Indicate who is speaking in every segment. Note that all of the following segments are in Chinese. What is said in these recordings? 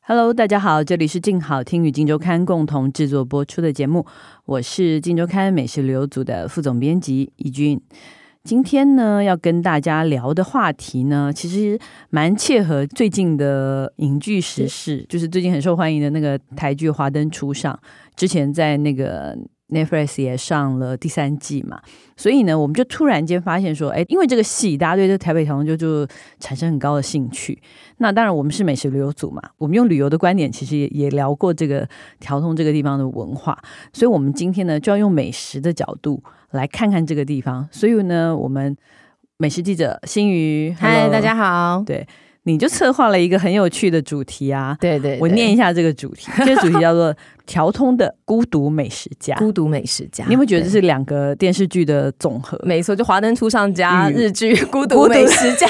Speaker 1: Hello，大家好，这里是静好听与静周刊共同制作播出的节目，我是静周刊美食旅游组的副总编辑怡君。今天呢，要跟大家聊的话题呢，其实蛮切合最近的影剧时事，就是最近很受欢迎的那个台剧《华灯初上》，之前在那个 Netflix 也上了第三季嘛，所以呢，我们就突然间发现说，哎，因为这个戏，大家对这台北同就就产生很高的兴趣。那当然，我们是美食旅游组嘛，我们用旅游的观点，其实也也聊过这个调通这个地方的文化，所以我们今天呢，就要用美食的角度来看看这个地方。所以呢，我们美食记者新宇，
Speaker 2: 嗨，
Speaker 1: hello
Speaker 2: 大家好。
Speaker 1: 你就策划了一个很有趣的主题啊。
Speaker 2: 对对
Speaker 1: 我念一
Speaker 2: 下
Speaker 1: 下这个主 题，这个主题叫做“调通的孤独美食家
Speaker 2: 《孤独美食家》，”。
Speaker 1: 你有没有觉得这是两个电视剧的总和
Speaker 2: 对？没错，就《华灯初上》加
Speaker 1: 嗯
Speaker 2: 日剧 《孤
Speaker 1: 孤
Speaker 2: 独
Speaker 1: 独
Speaker 2: 美食家》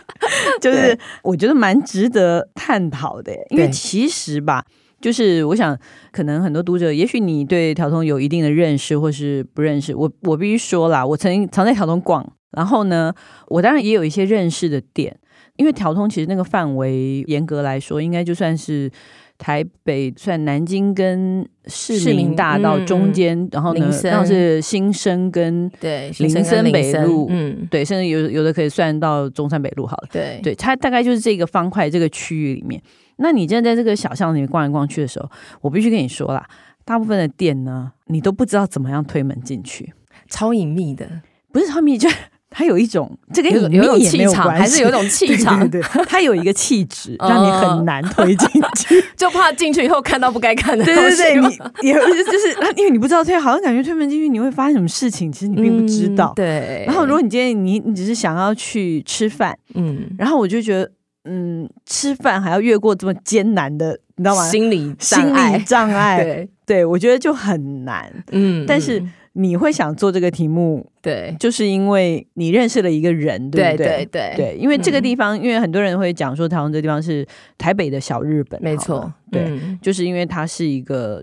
Speaker 1: 就是
Speaker 2: 对
Speaker 1: 我觉得蛮值得探讨的耶，因为
Speaker 2: 对
Speaker 1: 其实吧，就是我想，可能很多读者，也许你对调通有一定的认识或是不认识。我我必须说啦，我曾经常在调通逛，然后呢，我当然也有一些认识的店，因为调通其实那个范围严格来说，应该就算是。台北算南京跟市
Speaker 2: 市
Speaker 1: 民
Speaker 2: 民
Speaker 1: 大道
Speaker 2: 嗯
Speaker 1: 中间，然后呢
Speaker 2: 林，森
Speaker 1: 然后是新生跟
Speaker 2: 对，
Speaker 1: 林
Speaker 2: 先
Speaker 1: 森
Speaker 2: 生跟
Speaker 1: 北路
Speaker 2: 嗯，
Speaker 1: 对，甚至有有的可以算到中山北路好了。
Speaker 2: 对
Speaker 1: 对，它大概就是这个方块这个区域里面。那你真的在这个小巷里面逛来逛去的时候，我必须跟你说啦，大部分的店呢，你都不知道怎么样推门进去，
Speaker 2: 超隐秘的，
Speaker 1: 不是他们就是它有一种这跟
Speaker 2: 有
Speaker 1: 隐
Speaker 2: 种
Speaker 1: 秘
Speaker 2: 有种
Speaker 1: 也没
Speaker 2: 气
Speaker 1: 有
Speaker 2: 场，
Speaker 1: 关
Speaker 2: 还是
Speaker 1: 系
Speaker 2: 有一。种气场，
Speaker 1: 对对对，它有一个气质，让你很难推进去。
Speaker 2: 就怕进去以后看到不该看的
Speaker 1: 对
Speaker 2: 东
Speaker 1: 对
Speaker 2: 西。
Speaker 1: 对，你 也就是因为你不知道推，好像感觉推门进去你会发生什么事情，其实你 并不知道
Speaker 2: 嗯。对，
Speaker 1: 然后如果你今天你你只是想要去吃饭，
Speaker 2: 嗯，
Speaker 1: 然后我就觉得，嗯，吃饭还要越过这么艰难的，你知道吗？
Speaker 2: 心理
Speaker 1: 心
Speaker 2: 障
Speaker 1: 理
Speaker 2: 碍，
Speaker 1: 障碍，
Speaker 2: 对，
Speaker 1: 对我觉得就很难。
Speaker 2: 嗯
Speaker 1: 但是
Speaker 2: 嗯
Speaker 1: 你会想做这个题目，
Speaker 2: 对
Speaker 1: 就是因为你认识了一个人，对不
Speaker 2: 对对
Speaker 1: 对？
Speaker 2: 对，
Speaker 1: 对，因为这个
Speaker 2: 嗯
Speaker 1: 地方，因为很多人会讲说，台湾这地方是台北的小日本，
Speaker 2: 没
Speaker 1: 好
Speaker 2: 错
Speaker 1: 吗，对，
Speaker 2: 嗯
Speaker 1: 就是因为它是一个，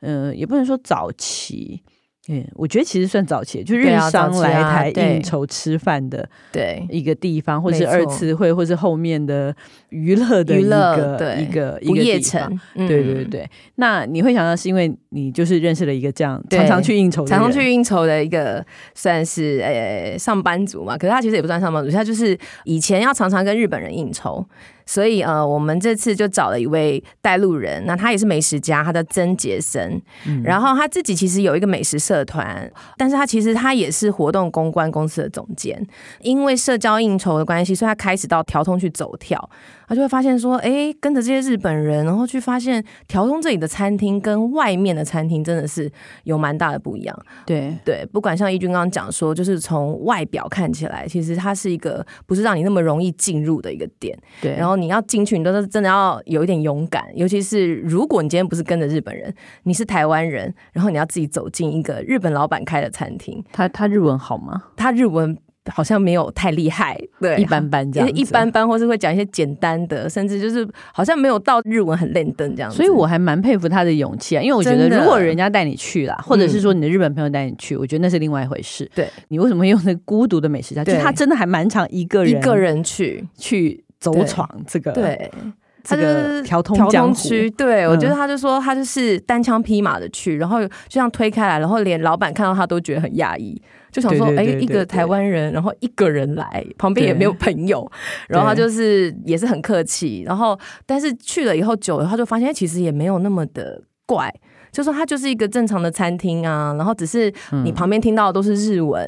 Speaker 1: 呃，也不能说早期。嗯，我觉得其实算早期，就日
Speaker 2: 对啊早
Speaker 1: 商
Speaker 2: 期啊
Speaker 1: 来台
Speaker 2: 对
Speaker 1: 应酬吃饭的
Speaker 2: 对
Speaker 1: 一个地方，或
Speaker 2: 没
Speaker 1: 是二
Speaker 2: 错
Speaker 1: 次会，或是后面的娱乐的
Speaker 2: 娱
Speaker 1: 一
Speaker 2: 乐
Speaker 1: 个
Speaker 2: 对
Speaker 1: 一个一
Speaker 2: 不
Speaker 1: 个
Speaker 2: 夜
Speaker 1: 地方
Speaker 2: 城。，嗯对
Speaker 1: 对对对，那你会想到是因为你就是认识了一个这样
Speaker 2: 对
Speaker 1: 常常去应酬的人，
Speaker 2: 常常去应酬的一个算是呃、上班族嘛，可是他其实也不算上班族，他就是以前要常常跟日本人应酬，所以呃，我们这次就找了一位带路人，那他也是美食家，他叫曾杰森，
Speaker 1: 嗯
Speaker 2: 然后他自己其实有一个美食社团，但是他其实他也是活动公关公司的总监，因为社交应酬的关系，所以他开始到调通去走跳，他就会发现说，哎，跟着这些日本人，然后去发现调通这里的餐厅跟外面的餐厅真的是有蛮大的不一样。
Speaker 1: 对
Speaker 2: 对，不管像义军刚刚讲说，就是从外表看起来，其实它是一个不是让你那么容易进入的一个点。
Speaker 1: 对，
Speaker 2: 然后你要进去，你都是真的要有一点勇敢，尤其是如果你今天不是跟着日本人，你是台湾人，然后你要自己走进一个日本老板开的餐厅，
Speaker 1: 他他日文好吗？
Speaker 2: 他日文好像没有太厉害， 对，
Speaker 1: 一般般这
Speaker 2: 就是
Speaker 1: 样，
Speaker 2: 一般。般，或是会讲一些简单的，甚至就是好像没有到日文很练登这样子。
Speaker 1: 所以我还蛮佩服他的勇气啊，因为我觉得
Speaker 2: 真的嗯
Speaker 1: 如果人家带你去啦，或者是说你的日本朋友带你去，我觉得那是另外一回事。
Speaker 2: 对
Speaker 1: 你为什么会用那个孤独的美食家？就
Speaker 2: 对
Speaker 1: 他真的还蛮常一个人
Speaker 2: 一个人去，
Speaker 1: 去走
Speaker 2: 对
Speaker 1: 闯这个
Speaker 2: 对。
Speaker 1: 这个调通
Speaker 2: 调
Speaker 1: 江
Speaker 2: 通
Speaker 1: 湖
Speaker 2: 区，对我觉得
Speaker 1: 嗯
Speaker 2: 他就说他就是单枪匹马的去，然后就像推开来，然后连老板看到他都觉得很讶异，就想说，
Speaker 1: 对对
Speaker 2: 哎，
Speaker 1: 对对
Speaker 2: 一
Speaker 1: 对
Speaker 2: 个台湾人，然后一个人来，旁边也
Speaker 1: 对
Speaker 2: 没有朋友，然后他
Speaker 1: 对
Speaker 2: 就是也是很客气，然后但是去了以后久了，他就发现哎其实也没有那么的怪。就说他就是一个正常的餐厅啊，然后只是你
Speaker 1: 嗯
Speaker 2: 旁边听到的都是日文，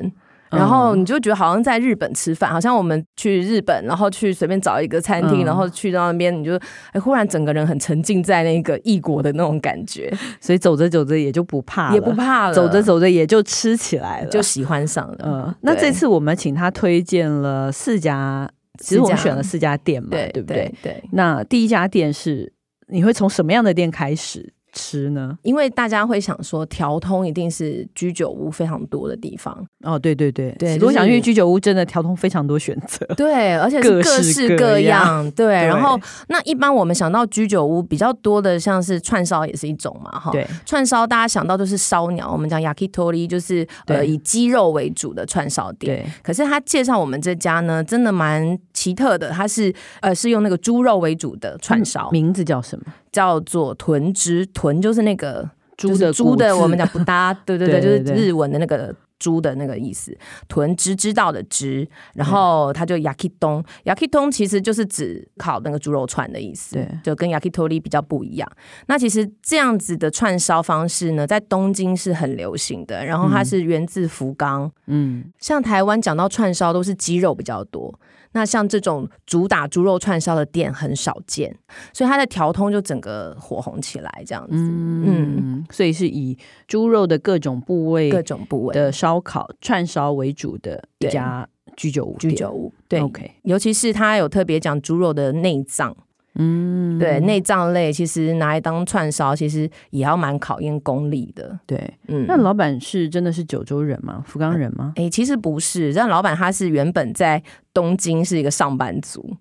Speaker 1: 嗯
Speaker 2: 然后你就觉得好像在日本吃饭，好像我们去日本，然后去随便找一个餐厅，
Speaker 1: 嗯
Speaker 2: 然后去到那边，你就哎，忽然整个人很沉浸在那个异国的那种感觉，
Speaker 1: 所以走着走着也就不怕了，
Speaker 2: 也不怕了，
Speaker 1: 走着走着也就吃起来了。
Speaker 2: 就喜欢上了。
Speaker 1: 嗯，那
Speaker 2: 对
Speaker 1: 这次我们请他推荐了四家，其实我们选了四家店嘛，
Speaker 2: 对
Speaker 1: 对不对？
Speaker 2: 对对，
Speaker 1: 那第一家店是你会从什么样的店开始吃呢？
Speaker 2: 因为大家会想说，调通一定是居酒屋非常多的地 方，
Speaker 1: 哦，对对对，
Speaker 2: 对
Speaker 1: 如果
Speaker 2: 就是
Speaker 1: 想去居酒屋，真的调通非常多选择。
Speaker 2: 对，而且
Speaker 1: 各
Speaker 2: 是
Speaker 1: 式
Speaker 2: 各式
Speaker 1: 各
Speaker 2: 各
Speaker 1: 样
Speaker 2: 样， 对。然后
Speaker 1: 对，
Speaker 2: 那一般我们想到居酒屋比较多的，像是串烧也是一种嘛，哈。
Speaker 1: 对，
Speaker 2: 串烧大家想到就是烧鸟，我们讲 yakitori 就是呃
Speaker 1: 对
Speaker 2: 以鸡肉为主的串烧店。
Speaker 1: 对，
Speaker 2: 可是他介绍我们这家呢，真的蛮奇特的，它是呃是用那个猪肉为主的串烧，
Speaker 1: 嗯名字叫什么？
Speaker 2: 叫做豚汁，豚就是那个
Speaker 1: 猪的
Speaker 2: 就是猪
Speaker 1: 骨
Speaker 2: 的，
Speaker 1: 字
Speaker 2: 我们讲不 搭，对对
Speaker 1: 对
Speaker 2: 对，就是
Speaker 1: 对对
Speaker 2: 日文的那个猪的那个意思，豚知知道的知，
Speaker 1: 嗯
Speaker 2: 然后它就 yakiton yakiton 其实就是指烤那个猪肉串的意思，
Speaker 1: 对
Speaker 2: 就跟 yakitori 比较不一样。那其实这样子的串烧方式呢，在东京是很流行的，然后它是源自福冈。
Speaker 1: 嗯，
Speaker 2: 像台湾讲到串烧都是鸡肉比较多，那像这种主打猪肉串烧的店很少见，所以它的调通就整个火红起来这样子，嗯，
Speaker 1: 嗯，所以是以猪肉的各种部位
Speaker 2: 各种部位
Speaker 1: 的烧烤串烧为主的一
Speaker 2: 对
Speaker 1: 家居酒屋
Speaker 2: 居
Speaker 1: 店。
Speaker 2: 酒屋，对
Speaker 1: o k
Speaker 2: 尤其是它有特别讲猪肉的内脏，
Speaker 1: 嗯，
Speaker 2: 对内脏类其实拿来当串烧，其实也要蛮考验功力的，
Speaker 1: 对。
Speaker 2: 嗯，呃
Speaker 1: 那老板是真的是九州人吗？福冈人吗？
Speaker 2: 诶，其实不是，但老板他是原本在东京是一个上班族，
Speaker 1: 嗯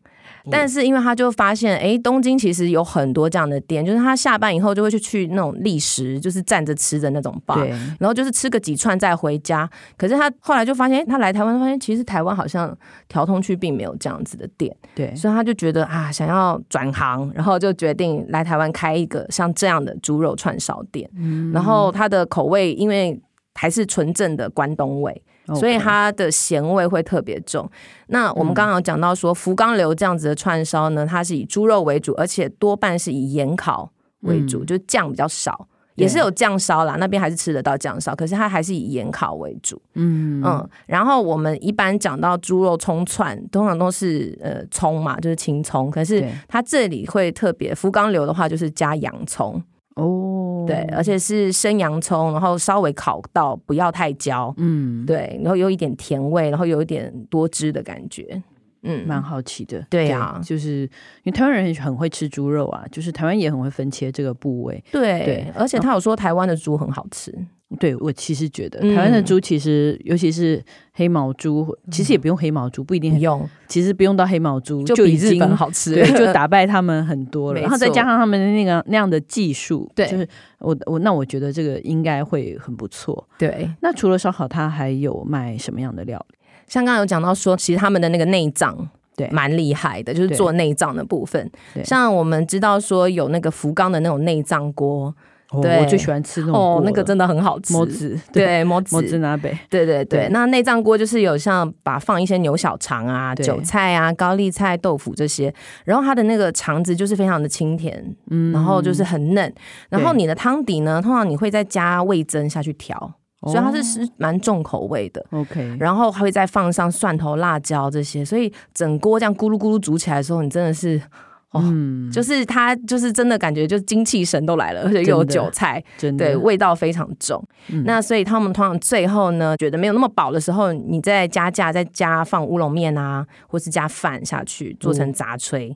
Speaker 2: 但是因为他就发现，诶，东京其实有很多这样的店，就是他下班以后就会去去那种立食，就是站着吃的那种吧。
Speaker 1: 对，
Speaker 2: 然后就是吃个几串再回家，可是他后来就发现，诶他来台湾发现，其实台湾好像调通区并没有这样子的店，
Speaker 1: 对，
Speaker 2: 所以他就觉得啊，想要转行，然后就决定来台湾开一个像这样的猪肉串烧店。然后他的口味因为还是纯正的关东味，所以
Speaker 1: OK 嗯
Speaker 2: 它的咸味会特别重。那我们刚刚有讲到说，福冈流这样子的串烧呢，它是以猪肉为主，而且多半是以盐烤为
Speaker 1: 嗯
Speaker 2: 主，就酱比较少。
Speaker 1: 对
Speaker 2: 也是有酱烧啦，那边还是吃得到酱烧，可是它还是以盐烤为主。
Speaker 1: 嗯
Speaker 2: 嗯，然后我们一般讲到猪肉葱串，通常都是呃葱嘛，就是青葱，可是
Speaker 1: 对
Speaker 2: 它这里会特别福冈流的话，就是加洋葱，
Speaker 1: 哦，
Speaker 2: 对，而且是生洋葱，然后稍微烤到不要太焦，
Speaker 1: 嗯，
Speaker 2: 对，然后有一点甜味，然后有一点多汁的感觉，嗯，
Speaker 1: 蛮好奇的。
Speaker 2: 对啊
Speaker 1: 就是因为台湾人很会吃猪肉啊，就是台湾也很会分切这个部位。
Speaker 2: 对，
Speaker 1: 对嗯
Speaker 2: 而且他有说台湾的猪很好吃，
Speaker 1: 对我其实觉得
Speaker 2: 嗯嗯
Speaker 1: 台湾的猪其实，尤其是黑毛猪，其实也不用黑毛猪，不一定
Speaker 2: 不
Speaker 1: 很，
Speaker 2: 用
Speaker 1: 其实不用到黑毛猪
Speaker 2: 就
Speaker 1: 已
Speaker 2: 比日
Speaker 1: 经
Speaker 2: 本 好吃，
Speaker 1: 对，就打败他们很多了。
Speaker 2: 没
Speaker 1: 然后再
Speaker 2: 错
Speaker 1: 加上他们的那个那样的技术，
Speaker 2: 对
Speaker 1: 就是我我那我觉得这个应该会很不错。
Speaker 2: 对。
Speaker 1: 那除了烧烤，它还有卖什么样的料理？
Speaker 2: 像刚刚有讲到说，其实他们的那个内脏。
Speaker 1: 对
Speaker 2: 蛮厉害的，就是
Speaker 1: 对
Speaker 2: 做内脏的部分
Speaker 1: 对。
Speaker 2: 像我们知道说有那个福冈的那种内脏锅，
Speaker 1: 哦
Speaker 2: 对
Speaker 1: 我最喜欢吃那种
Speaker 2: 哦，那
Speaker 1: 锅
Speaker 2: 个
Speaker 1: 了
Speaker 2: 真的很好吃。
Speaker 1: 摩子，
Speaker 2: 对，摩子
Speaker 1: 摩子拿北，
Speaker 2: 对对对
Speaker 1: 对。
Speaker 2: 那内脏锅就是有像把放一些牛小肠啊、
Speaker 1: 对
Speaker 2: 韭菜啊、高丽菜、豆腐这些，然后它的那个肠子就是非常的清甜，
Speaker 1: 嗯
Speaker 2: 然后就是很嫩。然后
Speaker 1: 对
Speaker 2: 你的汤底呢，通常你会再加味增下去调，所以它是
Speaker 1: 哦
Speaker 2: 是蛮重口味的。
Speaker 1: OK，
Speaker 2: 然后还会再放上蒜头、辣椒这些，所以整锅这样咕噜咕噜煮起来的时候，你真的是，哦，
Speaker 1: 嗯，
Speaker 2: 就是它就是真的感觉就是精气神都来了，而且又有
Speaker 1: 真的
Speaker 2: 韭菜，
Speaker 1: 真的
Speaker 2: 对，味道非常重。
Speaker 1: 嗯
Speaker 2: 那所以他们通常最后呢，觉得没有那么饱的时候，你再加价，再加放乌龙面啊，或是加饭下去，
Speaker 1: 哦
Speaker 2: 做成杂炊。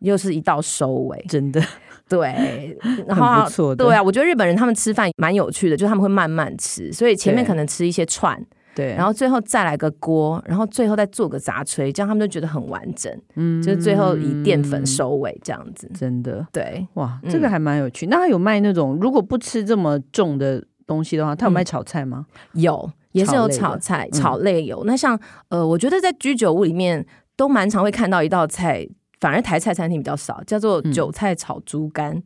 Speaker 2: 又是一道收尾，
Speaker 1: 真的
Speaker 2: 对，然后啊
Speaker 1: 不错的
Speaker 2: 对啊，我觉得日本人他们吃饭蛮有趣的，就是他们会慢慢吃，所以前面
Speaker 1: 对
Speaker 2: 可能吃一些串，
Speaker 1: 对，
Speaker 2: 然后最后再来个锅，然后最后再做个杂炊，这样他们就觉得很完整，
Speaker 1: 嗯
Speaker 2: 就是最后以淀粉收尾这样子。
Speaker 1: 真的
Speaker 2: 对，
Speaker 1: 哇，
Speaker 2: 嗯
Speaker 1: 这个还蛮有趣。那他有卖那种如果不吃这么重的东西的话，他有
Speaker 2: 嗯
Speaker 1: 卖炒菜吗？
Speaker 2: 有也是有炒菜，
Speaker 1: 嗯
Speaker 2: 炒类有。那像呃，我觉得在居酒屋里面都蛮常会看到一道菜，反而台菜餐厅比较少，叫做
Speaker 1: 嗯
Speaker 2: 韭菜炒猪肝，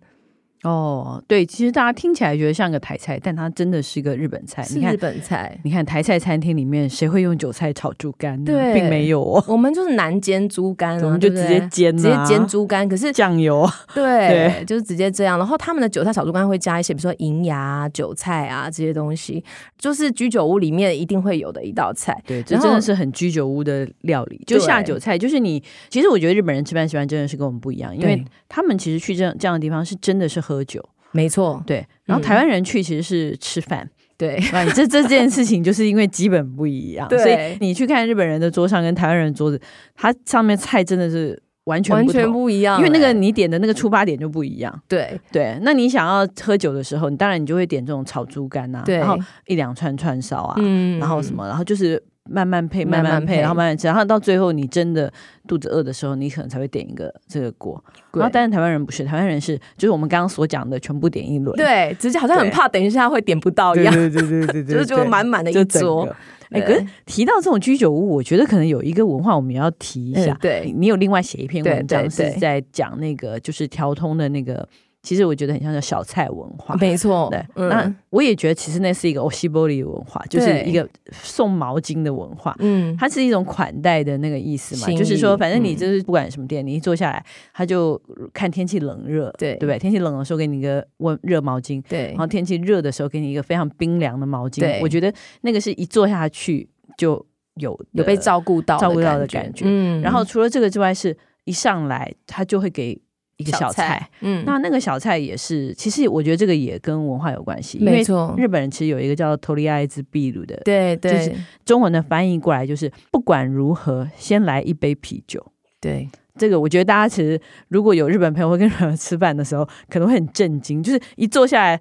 Speaker 1: 哦，对，其实大家听起来觉得像个台菜，但它真的是个日本菜。哎
Speaker 2: 是
Speaker 1: 你
Speaker 2: 日
Speaker 1: 看，
Speaker 2: 本菜。
Speaker 1: 你看台菜餐厅里面谁会用韭菜炒猪肝呢？
Speaker 2: 对
Speaker 1: 并没有哦，
Speaker 2: 我们就是南煎猪肝、啊，
Speaker 1: 我们就
Speaker 2: 对不
Speaker 1: 直
Speaker 2: 对
Speaker 1: 接煎
Speaker 2: 直接
Speaker 1: 啊
Speaker 2: 煎猪肝，可是
Speaker 1: 酱油。
Speaker 2: 对，
Speaker 1: 对
Speaker 2: 就是直接这样。然后他们的韭菜炒猪肝会加一些，比如说银芽、啊、韭菜啊这些东西，就是居酒屋里面一定会有的一道菜。
Speaker 1: 对，这
Speaker 2: 然
Speaker 1: 真的
Speaker 2: 后
Speaker 1: 是很居酒屋的料理，就下
Speaker 2: 对
Speaker 1: 酒菜，就是你。其实我觉得日本人吃饭习惯真的是跟我们不一样，因为
Speaker 2: 对
Speaker 1: 他们其实去这样这样的地方是真的是喝酒，
Speaker 2: 没错，
Speaker 1: 对。然后
Speaker 2: 嗯
Speaker 1: 台湾人去其实是吃饭，
Speaker 2: 对
Speaker 1: 哇，你这这件事情就是因为基本不一样，
Speaker 2: 对
Speaker 1: 所以你去看日本人的桌上跟台湾人的桌子，它上面菜真的是完全
Speaker 2: 完
Speaker 1: 不
Speaker 2: 全
Speaker 1: 同
Speaker 2: 不一样欸、
Speaker 1: 因为那个你点的那个出发点就不一样。
Speaker 2: 对
Speaker 1: 对，那你想要喝酒的时候，你当然你就会点这种炒猪肝啊，
Speaker 2: 对，
Speaker 1: 然后一两串串烧啊，
Speaker 2: 嗯
Speaker 1: 然后什？么，然后就是慢慢配，
Speaker 2: 慢
Speaker 1: 慢
Speaker 2: 慢
Speaker 1: 慢配，
Speaker 2: 配
Speaker 1: 然后慢慢吃，然后到最后你真的肚子饿的时候，你可能才会点一个这个锅。然后，但是台湾人不是，台湾人是就是我们刚刚所讲的，全部点一轮。
Speaker 2: 对，直接好像很
Speaker 1: 对
Speaker 2: 怕，等一下会点不到一
Speaker 1: 对
Speaker 2: 样，
Speaker 1: 对对对对对，
Speaker 2: 就是就
Speaker 1: 对
Speaker 2: 满满的
Speaker 1: 就
Speaker 2: 一
Speaker 1: 整
Speaker 2: 桌
Speaker 1: 个。。哎，可是提到这种居酒屋，我觉得可能有一个文化我们也要提一下
Speaker 2: 嗯。对
Speaker 1: 你你有另外写一篇
Speaker 2: 对
Speaker 1: 文章
Speaker 2: 对
Speaker 1: 是
Speaker 2: 对
Speaker 1: 在讲那个就是调通的那个，其实我觉得很像叫小菜文化。
Speaker 2: 没错，
Speaker 1: 对，那
Speaker 2: 嗯
Speaker 1: 我也觉得其实那是一个 o s h i b o r i 文化，就是一个送毛巾的文化。
Speaker 2: 嗯，
Speaker 1: 它是一种款待的那个意思嘛，
Speaker 2: 心意
Speaker 1: 就是说，反正你
Speaker 2: 嗯
Speaker 1: 就是不管什么店，你一坐下来，他就看天气冷热，
Speaker 2: 对
Speaker 1: 对不对？天气冷的时候给你一个温热毛巾，
Speaker 2: 对
Speaker 1: 然后天气热的时候给你一个非常冰凉的毛巾
Speaker 2: 对，
Speaker 1: 我觉得那个是一坐下去就有的
Speaker 2: 有被。照顾到
Speaker 1: 照顾到的感觉
Speaker 2: 嗯
Speaker 1: 然后除了这个之外，是一上来他就会给一个小菜，，
Speaker 2: 嗯，
Speaker 1: 那那个小菜也是，其实我觉得这个也跟文化有关系，因为
Speaker 2: 没错，
Speaker 1: 日本人其实有一个叫“托利艾兹秘鲁”的，
Speaker 2: 对
Speaker 1: 就是
Speaker 2: 对
Speaker 1: 中文的翻译过来就是不管如何，先来一杯啤酒。
Speaker 2: 对，
Speaker 1: 这个我觉得大家其实如果有日本朋友会跟日本人吃饭的时候，可能会很震惊，就是一坐下来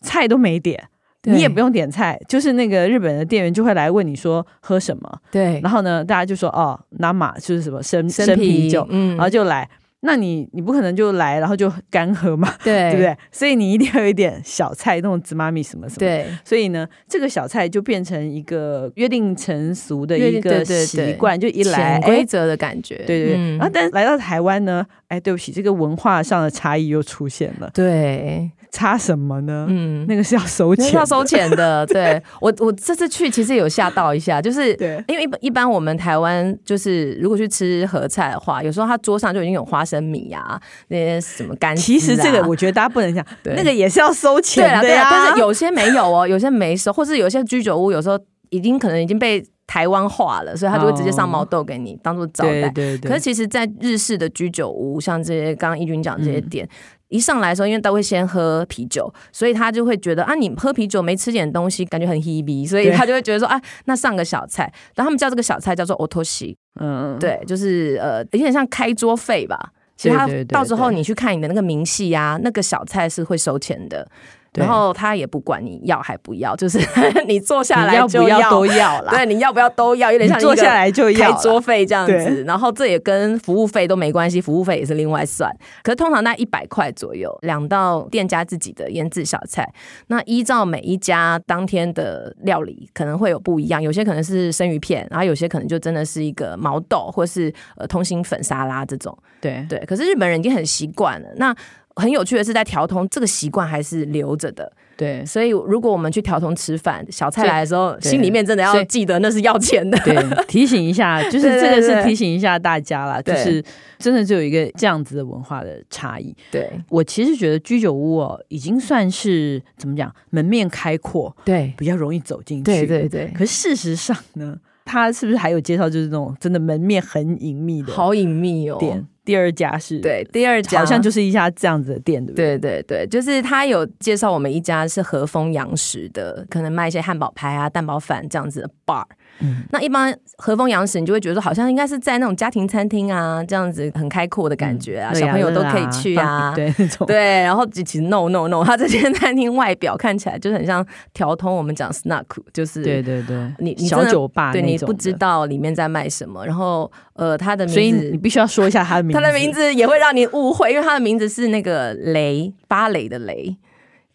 Speaker 1: 菜都没点，
Speaker 2: 对
Speaker 1: 你也不用点菜，就是那个日本的店员就会来问你说喝什么，
Speaker 2: 对，
Speaker 1: 然后呢，大家就说哦，拿马就是什么生生啤
Speaker 2: 啤
Speaker 1: 酒，
Speaker 2: 嗯，
Speaker 1: 然后就来。那你你不可能就来，然后就干喝嘛，
Speaker 2: 对
Speaker 1: 对不对？所以你一定要有一点小菜，那种芝麻米什么什么的
Speaker 2: 对
Speaker 1: 所以呢，这个小菜就变成一个约定成俗的
Speaker 2: 约
Speaker 1: 一
Speaker 2: 定
Speaker 1: 个
Speaker 2: 对对
Speaker 1: 习惯，就一来
Speaker 2: 潜
Speaker 1: 哎
Speaker 2: 规。则的感觉，
Speaker 1: 对对对，啊
Speaker 2: 嗯
Speaker 1: 然后但来到台湾呢，哎，对不起，这个文化上的差异又出现了，
Speaker 2: 对，
Speaker 1: 差什么呢？
Speaker 2: 嗯，
Speaker 1: 那个是要收
Speaker 2: 那
Speaker 1: 钱，
Speaker 2: 是要收，钱的。 对我，我这次去其实有吓到一下，就是
Speaker 1: 对
Speaker 2: 因为一般一般我们台湾就是如果去吃合菜的话，有时候他桌上就已经有花生米啊，那些什么干、啊，
Speaker 1: 其实这个我觉得大家不能讲，
Speaker 2: 对
Speaker 1: 那个也是要收
Speaker 2: 对
Speaker 1: 钱
Speaker 2: 啦
Speaker 1: 的啊
Speaker 2: 对
Speaker 1: 呀
Speaker 2: 啦，。但是有些没有哦，有些没收，或是有些居酒屋有时候已经可能已经被台湾化了，所以他就会直接上毛豆给你当做招
Speaker 1: 哦对
Speaker 2: 待。
Speaker 1: 对对，
Speaker 2: 可是其实，在日式的居酒屋，像这些刚刚一军讲这些
Speaker 1: 嗯
Speaker 2: 店，一上来的时候，因为都会先喝啤酒，所以他就会觉得啊，你喝啤酒没吃点东西，感觉很 hebe，所以
Speaker 1: 对
Speaker 2: 他就会觉得说啊，那上个小菜。然后他们叫这个小菜叫做 otoshi，
Speaker 1: 嗯嗯
Speaker 2: 对，就是呃，有点像开桌费吧。其实他
Speaker 1: 对对对
Speaker 2: 到时候
Speaker 1: 对
Speaker 2: 你去看你的那个明细呀、那个小菜是会收钱的。
Speaker 1: 对
Speaker 2: 然后他也不管你要还不要，就是 你坐下
Speaker 1: 你
Speaker 2: 来
Speaker 1: 要
Speaker 2: 就
Speaker 1: 不要都要啦，
Speaker 2: 对，你要不要都要，有点
Speaker 1: 你
Speaker 2: 像
Speaker 1: 坐
Speaker 2: 一个
Speaker 1: 下来就要
Speaker 2: 开
Speaker 1: 啦
Speaker 2: 桌费这样
Speaker 1: 对
Speaker 2: 子，然后这也跟服务费都没关系，服务费也是另外算。可是通常那一百块左右，两到店家自己的腌制小菜，那依照每一家当天的料理可能会有不一样，有些可能是生鱼片，然后有些可能就真的是一个毛豆或是呃通心粉沙拉这种。
Speaker 1: 对
Speaker 2: 对，可是日本人已经很习惯了。那很有趣的是，在调通这个习惯还是留着的，
Speaker 1: 对
Speaker 2: 所以如果我们去调通吃饭，小菜
Speaker 1: 所以
Speaker 2: 来的时候，
Speaker 1: 对
Speaker 2: 心里面真的
Speaker 1: 所
Speaker 2: 要
Speaker 1: 以
Speaker 2: 记得那是要钱 的。
Speaker 1: 对，提醒一 下，就是
Speaker 2: 对对
Speaker 1: 这个是
Speaker 2: 对
Speaker 1: 提醒一下大家啦，就
Speaker 2: 对
Speaker 1: 是真的就有一个这样子的文化的差异。
Speaker 2: 对
Speaker 1: 我其实觉得居酒屋哦，已经算是怎么讲，门面开阔，
Speaker 2: 对
Speaker 1: 比较容易走进去。
Speaker 2: 对对对，
Speaker 1: 可事实上呢，它是不是还有介绍就是那种真的门面很隐秘的
Speaker 2: 好隐秘哦。
Speaker 1: 店？第二家是，
Speaker 2: 对，第二家
Speaker 1: 好像就是一家这样子的店，对不对？
Speaker 2: 对对对，就是他有介绍我们一家是和风洋食的，可能卖一些汉堡排啊、蛋包饭这样子的 bar。
Speaker 1: 嗯
Speaker 2: 那一般和风洋食，你就会觉得好像应该是在那种家庭餐厅啊，这样子很开阔的感觉啊，
Speaker 1: 乐
Speaker 2: 小
Speaker 1: 呀
Speaker 2: 朋友
Speaker 1: 乐
Speaker 2: 都可以去
Speaker 1: 放
Speaker 2: 啊。
Speaker 1: 对 那种。
Speaker 2: 对，然后其实 no no no，它这间餐厅外表看起来就很像调通我们讲 snack，就是
Speaker 1: 对对对，
Speaker 2: 你你真
Speaker 1: 小
Speaker 2: 的
Speaker 1: 酒吧
Speaker 2: 对你
Speaker 1: 那种
Speaker 2: 不
Speaker 1: 的
Speaker 2: 知，道里面在卖什么，然后呃，它的名字
Speaker 1: 所以你必须要说一下他的名字。
Speaker 2: 他的名字也会让你误会，因为他的名字是那个雷芭蕾的雷，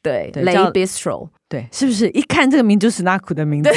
Speaker 2: 对，
Speaker 1: 对
Speaker 2: 雷
Speaker 1: 叫
Speaker 2: bistro，
Speaker 1: 对，是不是一看这个名字就是 n a k 的名字？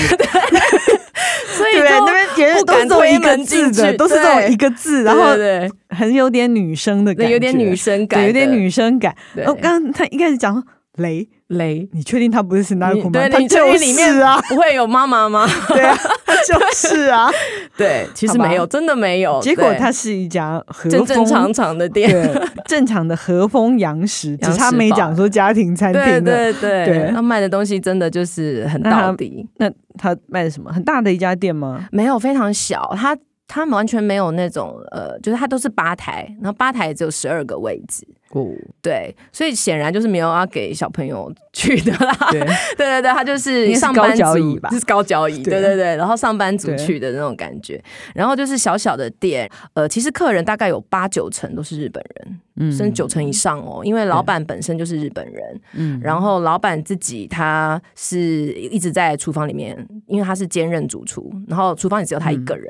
Speaker 2: 所以
Speaker 1: 对不对，那边也
Speaker 2: 不
Speaker 1: 都是这
Speaker 2: 敢
Speaker 1: 种
Speaker 2: 推
Speaker 1: 一个
Speaker 2: 门
Speaker 1: 字
Speaker 2: 进
Speaker 1: 的，
Speaker 2: 去
Speaker 1: 都是这种
Speaker 2: 对
Speaker 1: 一个字，然
Speaker 2: 然
Speaker 1: 后
Speaker 2: 后对
Speaker 1: 很有点女生的感
Speaker 2: 对，
Speaker 1: 觉，
Speaker 2: 有点女生感
Speaker 1: 对，
Speaker 2: 的，
Speaker 1: 有点女生感。
Speaker 2: 对
Speaker 1: 哦，刚刚他一开始讲说雷，
Speaker 2: 雷。
Speaker 1: 你确定他不是 s n a
Speaker 2: 你
Speaker 1: k 吗？
Speaker 2: 对，
Speaker 1: 他
Speaker 2: 你
Speaker 1: 就
Speaker 2: 确
Speaker 1: 是
Speaker 2: 定里面
Speaker 1: 啊，
Speaker 2: 不会有妈 妈吗？
Speaker 1: 对啊，他就是 啊。
Speaker 2: 对，其实
Speaker 1: 好吧
Speaker 2: 没有，真的没有。
Speaker 1: 结果
Speaker 2: 哦对
Speaker 1: 它是一家和
Speaker 2: 正
Speaker 1: 风
Speaker 2: 正常常的 店，
Speaker 1: 对正常的和风洋食，只
Speaker 2: 洋
Speaker 1: 是他
Speaker 2: 食
Speaker 1: 没
Speaker 2: 吧
Speaker 1: 讲说家庭餐
Speaker 2: 对
Speaker 1: 厅的。
Speaker 2: 对对
Speaker 1: 对，
Speaker 2: 他卖的东西真的就是很
Speaker 1: 那他
Speaker 2: 到底，
Speaker 1: 那他卖的什么？很大的一家店吗？
Speaker 2: 没有非常小，他他们完全没有那种呃，就是他都是吧台，然后吧台也只有十二个位置，
Speaker 1: 哦，
Speaker 2: 对，所以显然就是没有要给小朋友去的啦。
Speaker 1: 对
Speaker 2: 对对对，他就
Speaker 1: 应
Speaker 2: 是
Speaker 1: 该是
Speaker 2: 上班
Speaker 1: 高脚
Speaker 2: 族
Speaker 1: 椅吧
Speaker 2: 是高脚椅，
Speaker 1: 对啊
Speaker 2: 对对对，然后上班族
Speaker 1: 对
Speaker 2: 去的那种感觉。然后就是小小的店，呃，其实客人大概有八九成都是日本人，
Speaker 1: 嗯
Speaker 2: 甚至九成以上哦，因为老板本身就是日本人，
Speaker 1: 嗯
Speaker 2: 然后老板自己他是一直在厨房里面，因为他是兼任主厨，然后厨房里只有他一个人，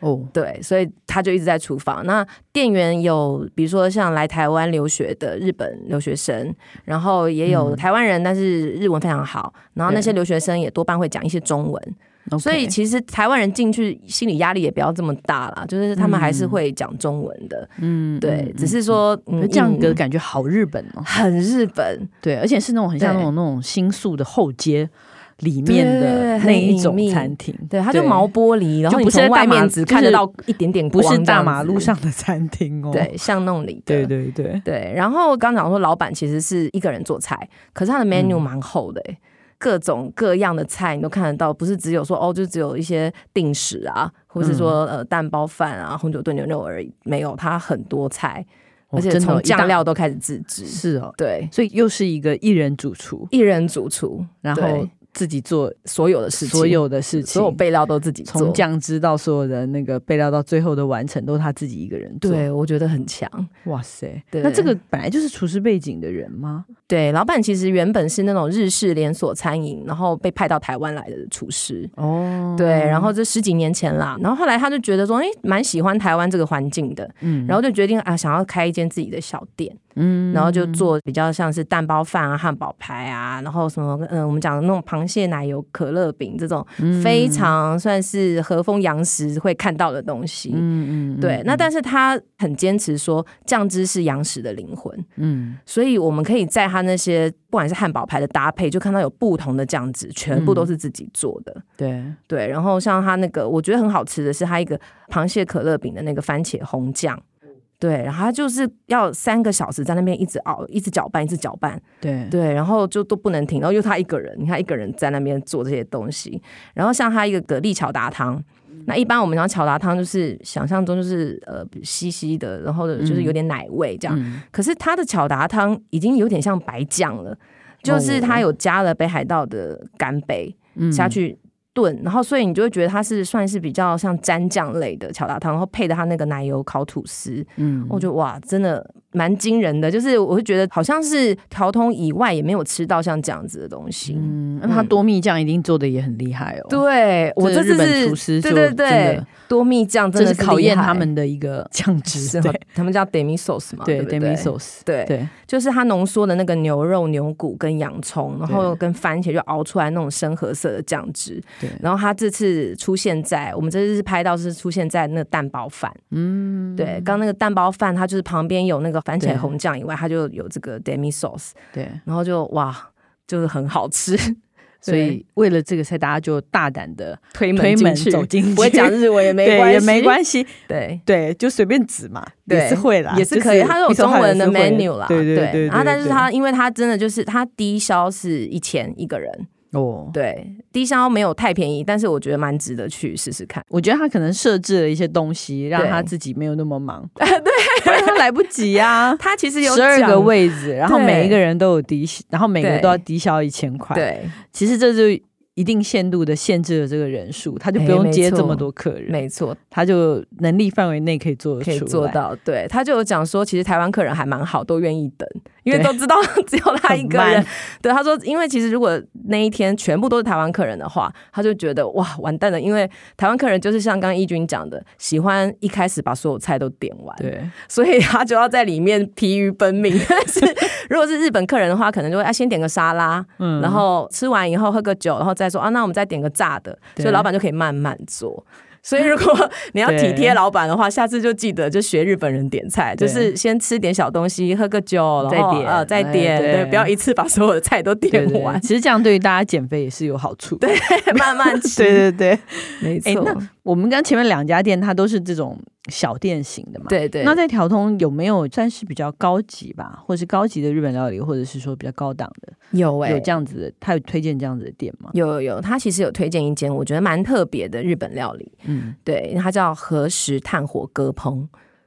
Speaker 1: 哦，
Speaker 2: 对，所以他就一直在厨房。那店员有，比如说像来台湾留学的日本留学生，然后也有台湾人，但是日文非常好。然后那些嗯留学生也多半会讲一些中文，所以
Speaker 1: OK
Speaker 2: 其实台湾人进去心理压力也不要这么大啦，就是他们还是会讲中文的。
Speaker 1: 嗯
Speaker 2: 对，
Speaker 1: 嗯
Speaker 2: 只是说、嗯、
Speaker 1: 这样的
Speaker 2: 嗯
Speaker 1: 感觉好日本哦，
Speaker 2: 很日本，
Speaker 1: 对，而且是那种很像那
Speaker 2: 对
Speaker 1: 种那种新宿的后街里面的
Speaker 2: 对
Speaker 1: 那一种
Speaker 2: 很隐秘
Speaker 1: 餐厅，
Speaker 2: 对，它就毛玻璃，然后
Speaker 1: 就
Speaker 2: 你
Speaker 1: 不是
Speaker 2: 从外
Speaker 1: 大马
Speaker 2: 面只
Speaker 1: 就是
Speaker 2: 看得到一点点
Speaker 1: 不
Speaker 2: 光，
Speaker 1: 是
Speaker 2: 这
Speaker 1: 大
Speaker 2: 样
Speaker 1: 马路
Speaker 2: 子
Speaker 1: 上的餐厅哦，
Speaker 2: 对巷弄里
Speaker 1: 对
Speaker 2: 的，
Speaker 1: 对对，
Speaker 2: 对，然后刚讲说老板其实是一个人做菜，可是他的
Speaker 1: 嗯
Speaker 2: menu 蛮厚的、欸各种各样的菜你都看得到，不是只有说哦，就只有一些定食啊，或是说、
Speaker 1: 嗯
Speaker 2: 呃蛋包饭啊、红酒炖牛肉而已，没有，它很多菜，
Speaker 1: 哦
Speaker 2: 而且
Speaker 1: 真的哦
Speaker 2: 从
Speaker 1: 一大
Speaker 2: 酱料都开始自制，
Speaker 1: 是哦，
Speaker 2: 对，
Speaker 1: 所以又是一个一人主厨，
Speaker 2: 一人主厨，
Speaker 1: 然后
Speaker 2: 对
Speaker 1: 自己做
Speaker 2: 所有的事情，
Speaker 1: 所有的事情，
Speaker 2: 所有备料都自己做
Speaker 1: 从，酱汁到所有的那个备料到最后的完成，都是他自己一个人做。，
Speaker 2: 对我觉得很强。
Speaker 1: 哇塞，
Speaker 2: 对
Speaker 1: 那这个本来就是厨师背景的人吗？
Speaker 2: 对，老板其实原本是那种日式连锁餐饮，然后被派到台湾来的厨师，
Speaker 1: 哦，
Speaker 2: 对，然后这十几年前啦，然后后来他就觉得说，哎，蛮喜欢台湾这个环境的，
Speaker 1: 嗯
Speaker 2: 然后就决定啊，想要开一间自己的小店，
Speaker 1: 嗯
Speaker 2: 然后就做比较像是蛋包饭啊、汉堡排啊，然后什么，嗯、我们讲的那种螃蟹奶油可乐饼这种
Speaker 1: 嗯
Speaker 2: 非常算是和风洋食会看到的东西。
Speaker 1: 嗯嗯，嗯
Speaker 2: 对，那但是他很坚持说酱汁是洋食的灵魂，
Speaker 1: 嗯
Speaker 2: 所以我们可以在他那些不管是汉堡排的搭配，就看到有不同的酱汁，全
Speaker 1: 嗯
Speaker 2: 部都是自己做的。
Speaker 1: 对，
Speaker 2: 对，然后像它那个，我觉得很好吃的是它一个螃蟹可乐饼的那个番茄红酱，对，然后它就是要三个小时在那边一直熬，一直搅拌，一直搅拌，
Speaker 1: 对
Speaker 2: 对，然后就都不能停，然后又他一个人，你看一个人在那边做这些东西，然后像他一个蛤蜊巧达汤。那一般我们讲巧达汤，就是想象中就是呃稀稀的，然后就是有点奶味这样。
Speaker 1: 嗯
Speaker 2: 可是它的巧达汤已经有点像白酱了，就是它有加了北海道的干贝，
Speaker 1: 嗯
Speaker 2: 下去炖，然后所以你就会觉得它是算是比较像蘸酱类的巧达汤，然后配的它那个奶油烤吐司，
Speaker 1: 嗯
Speaker 2: 我觉得哇，真的蛮惊人的，就是我会觉得好像是调通以外也没有吃到像这样子的东西。
Speaker 1: 嗯，那他多蜜酱一定做的也很厉害哦。，
Speaker 2: 对我
Speaker 1: 这个日
Speaker 2: 这次
Speaker 1: 本
Speaker 2: 是
Speaker 1: 厨师
Speaker 2: 对
Speaker 1: 就
Speaker 2: 对
Speaker 1: 真
Speaker 2: 对
Speaker 1: 的，
Speaker 2: 多蜜酱真
Speaker 1: 这
Speaker 2: 的
Speaker 1: 是考验
Speaker 2: 厉害
Speaker 1: 他们的一 个酱汁，
Speaker 2: 是吗
Speaker 1: 对？
Speaker 2: 他们叫 demi sauce 嘛，对
Speaker 1: 对
Speaker 2: 不对
Speaker 1: ，demi sauce，
Speaker 2: 对，
Speaker 1: 对，
Speaker 2: 就是它浓缩的那个牛肉、牛骨跟洋葱，然后
Speaker 1: 对
Speaker 2: 跟番茄就熬出来那种深褐色的酱汁。
Speaker 1: 对
Speaker 2: 然后它这次出现在我们这次拍到是出现在那个蛋包饭，嗯，对，刚那个蛋包饭它就是旁边有那个番
Speaker 1: 对
Speaker 2: 茄红酱以外，它就有这个 demi sauce，
Speaker 1: 对，
Speaker 2: 然后就哇，就是很好吃，
Speaker 1: 所以为了这个菜，大家就大胆的
Speaker 2: 推
Speaker 1: 推
Speaker 2: 门
Speaker 1: 门
Speaker 2: 进去，
Speaker 1: 走进去，
Speaker 2: 不 会讲日文也没
Speaker 1: 对
Speaker 2: 关系，
Speaker 1: 也没关系，
Speaker 2: 对。
Speaker 1: 对，就随便指嘛，
Speaker 2: 对
Speaker 1: 也是会啦，
Speaker 2: 也是可以，
Speaker 1: 就
Speaker 2: 它有
Speaker 1: 一手
Speaker 2: 中
Speaker 1: 好
Speaker 2: 文的
Speaker 1: 也是会
Speaker 2: menu 啦，
Speaker 1: 对对啊对对
Speaker 2: 然后但是
Speaker 1: 对
Speaker 2: 它，因为它真的就是它低消是一千一个人，
Speaker 1: 哦。
Speaker 2: 对，低消没有太便宜，但是我觉得蛮值得去试试看。
Speaker 1: 我觉得他可能设置了一些东西，让
Speaker 2: 对
Speaker 1: 他自己没有那么忙，啊对，他 来不及啊呀、
Speaker 2: 它其实有
Speaker 1: 十二
Speaker 2: 讲
Speaker 1: 个，位置，然后
Speaker 2: 对
Speaker 1: 每一个人都有低，然后每个人都要低消一千块。，
Speaker 2: 对，
Speaker 1: 其实这就一定限度的限制了这个人数，他就不
Speaker 2: 哎
Speaker 1: 用
Speaker 2: 没
Speaker 1: 接
Speaker 2: 错
Speaker 1: 这么多客人，
Speaker 2: 没错，
Speaker 1: 他就能力范围内可以做得
Speaker 2: 可
Speaker 1: 出
Speaker 2: 以
Speaker 1: 来。
Speaker 2: 做到。对，他就有讲说，其实台湾客人还蛮好，都愿意等，因为
Speaker 1: 对
Speaker 2: 都知道只有他
Speaker 1: 很
Speaker 2: 一个人
Speaker 1: 慢。
Speaker 2: 对，他说，因为其实如果那一天全部都是台湾客人的话，他就觉得哇，完蛋了，因为台湾客人就是像刚刚义军讲的，喜欢一开始把所有菜都点完。
Speaker 1: 对，
Speaker 2: 所以他就要在里面疲于奔命。 但是如果是日本客人的话，可能就会啊先点个沙拉，
Speaker 1: 嗯
Speaker 2: 然后吃完以后喝个酒，然后再说啊，那我们再点个炸的，
Speaker 1: 对
Speaker 2: 所以老板就可以慢慢做。所以 如果你要体贴老板的话，下次就记得就学日本人点菜，
Speaker 1: 对
Speaker 2: 就是先吃点小东西，喝个酒，然后
Speaker 1: 再点
Speaker 2: 呃再
Speaker 1: 哎
Speaker 2: 点，
Speaker 1: 对
Speaker 2: 对，不要一次把所有的菜都
Speaker 1: 对
Speaker 2: 点
Speaker 1: 对
Speaker 2: 完
Speaker 1: 对，其实这样对于大家减肥也是有好处。对，
Speaker 2: 慢慢吃。
Speaker 1: 对对对。
Speaker 2: 没
Speaker 1: 哎、
Speaker 2: 错，
Speaker 1: 那我们刚前面两家店，它都是这种小店型的嘛？。
Speaker 2: 对对。
Speaker 1: 那在调通有没有算是比较高级吧，或是高级的日本料理，或者是说比较高档的，
Speaker 2: 有哎、
Speaker 1: 有这样子的？他有推荐这样子的店吗？
Speaker 2: 有有有，他其实有推荐一间我觉得蛮特别的日本料理，
Speaker 1: 嗯，
Speaker 2: 对，它叫和食炭火鸽烹。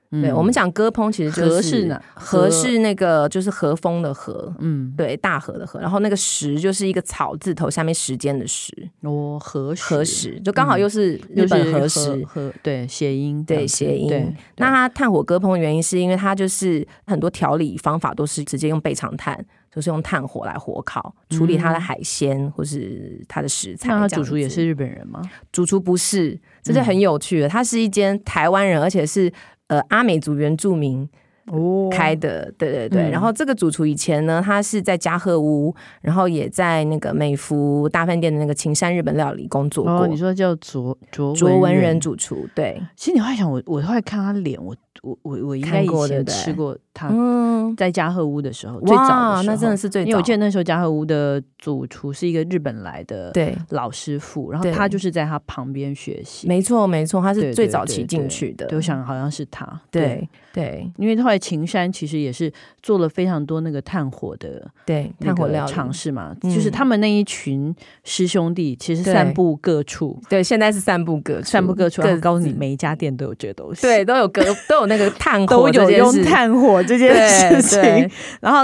Speaker 2: 对，我们讲鸽烹其实
Speaker 1: 和嗯
Speaker 2: 就是
Speaker 1: 是哪
Speaker 2: 和
Speaker 1: 和
Speaker 2: 是那个就是和风的和，
Speaker 1: 嗯，
Speaker 2: 对，大和的和，然后那个时就是一个草字头下面时间的时，
Speaker 1: 我何时
Speaker 2: 和时就刚好又是日
Speaker 1: 哦嗯就是
Speaker 2: 本和时。
Speaker 1: 和对谐音这
Speaker 2: 对
Speaker 1: 样子
Speaker 2: 谐音
Speaker 1: 对，
Speaker 2: 那它炭火割烹的原因是因为它就是很多调理方法都是直接用备长炭，就是用炭火来火烤，处理它的海鲜或是它的食材。
Speaker 1: 嗯那他
Speaker 2: 这样
Speaker 1: 主厨也
Speaker 2: 子
Speaker 1: 是日本人吗？
Speaker 2: 主厨不是，这
Speaker 1: 嗯
Speaker 2: 就很有趣了。他是一间台湾人，而且是呃阿美族原住民
Speaker 1: 哦
Speaker 2: 呃开的，对对对。
Speaker 1: 嗯
Speaker 2: 然后这个主厨以前呢，他是在嘉禾屋，然后也在那个美福大饭店的那个秦山日本料理工作过。
Speaker 1: 哦，你说叫卓卓
Speaker 2: 卓文
Speaker 1: 人
Speaker 2: 人。主厨，对，
Speaker 1: 其实你后来想，我我后来看他脸，我我我我应该
Speaker 2: 看
Speaker 1: 以
Speaker 2: 过对
Speaker 1: 前
Speaker 2: 不对
Speaker 1: 吃过他
Speaker 2: 嗯，
Speaker 1: 在嘉禾屋的时啊候，最早
Speaker 2: 哇
Speaker 1: 的，时候，
Speaker 2: 那真的是最早，
Speaker 1: 因为我记得那时候嘉禾屋的主厨是一个日本来的
Speaker 2: 对。
Speaker 1: 老师傅，然后
Speaker 2: 对
Speaker 1: 他就是在他旁边学习，
Speaker 2: 没错，没错，他
Speaker 1: 对
Speaker 2: 是
Speaker 1: 对
Speaker 2: 最早
Speaker 1: 对
Speaker 2: 期
Speaker 1: 对
Speaker 2: 进去的。
Speaker 1: 对我想好像是他，
Speaker 2: 对对
Speaker 1: 因为后来秦山其实也是做了非常多那个炭火的
Speaker 2: 对，
Speaker 1: 那
Speaker 2: 炭火
Speaker 1: 个
Speaker 2: 料理
Speaker 1: 尝试嘛，
Speaker 2: 嗯
Speaker 1: 就是他们那一群师兄弟其实
Speaker 2: 对
Speaker 1: 散布各处，
Speaker 2: 对，现在是散步各
Speaker 1: 散布嗯各处，然后告诉你
Speaker 2: 自
Speaker 1: 每一家店都有这个东西，
Speaker 2: 对，，都有隔都有那个炭
Speaker 1: 都
Speaker 2: 火这
Speaker 1: 有
Speaker 2: 件事，
Speaker 1: 用炭火这件
Speaker 2: 对
Speaker 1: 事情。然后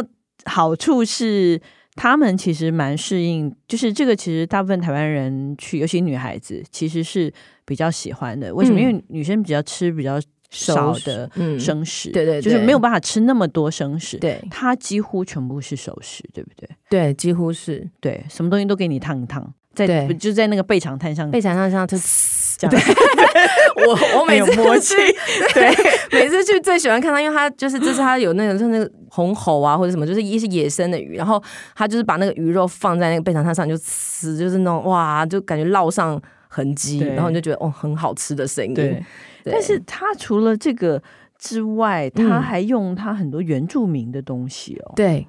Speaker 1: 好处是。他们其实蛮适应，就是这个，其实大部分台湾人去，尤其女孩子，其实是比较喜欢的。为什么？
Speaker 2: 嗯
Speaker 1: 因为女生比较吃比较少的
Speaker 2: 嗯
Speaker 1: 生食，
Speaker 2: 对对对
Speaker 1: 就是没有办法吃那么多生食，
Speaker 2: 对
Speaker 1: 它几乎全部是熟食，对不对？
Speaker 2: 对，几乎是
Speaker 1: 对，什么东西都给你烫一烫，在
Speaker 2: 对
Speaker 1: 不就在那个备长炭上
Speaker 2: 被缠上上就
Speaker 1: 这样，
Speaker 2: 我我每
Speaker 1: 有
Speaker 2: 次
Speaker 1: 默
Speaker 2: 去，对， 每次去最喜欢看他，因为他就是这是他有那种像那个红猴啊或者什么，就是一些野生的鱼，然后他就是把那个鱼肉放在那个背长炭上，就吃，就是那种哇，就感觉烙上痕迹，
Speaker 1: 对
Speaker 2: 然后你就觉得哦很好吃的声音。
Speaker 1: 对，
Speaker 2: 对
Speaker 1: 但是它除了这个之外，
Speaker 2: 嗯
Speaker 1: 它还用它很多原住民的东西哦，
Speaker 2: 对，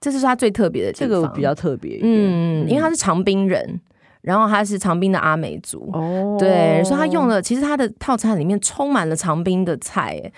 Speaker 2: 这就是他最特别的地
Speaker 1: 这
Speaker 2: 方，
Speaker 1: 个比较特别一点。
Speaker 2: 嗯，因为他
Speaker 1: 是
Speaker 2: 是长滨人，然后他是长滨的阿美族。
Speaker 1: 哦
Speaker 2: 对，所以他用了，其实他的套餐里面充满了长滨的菜，哎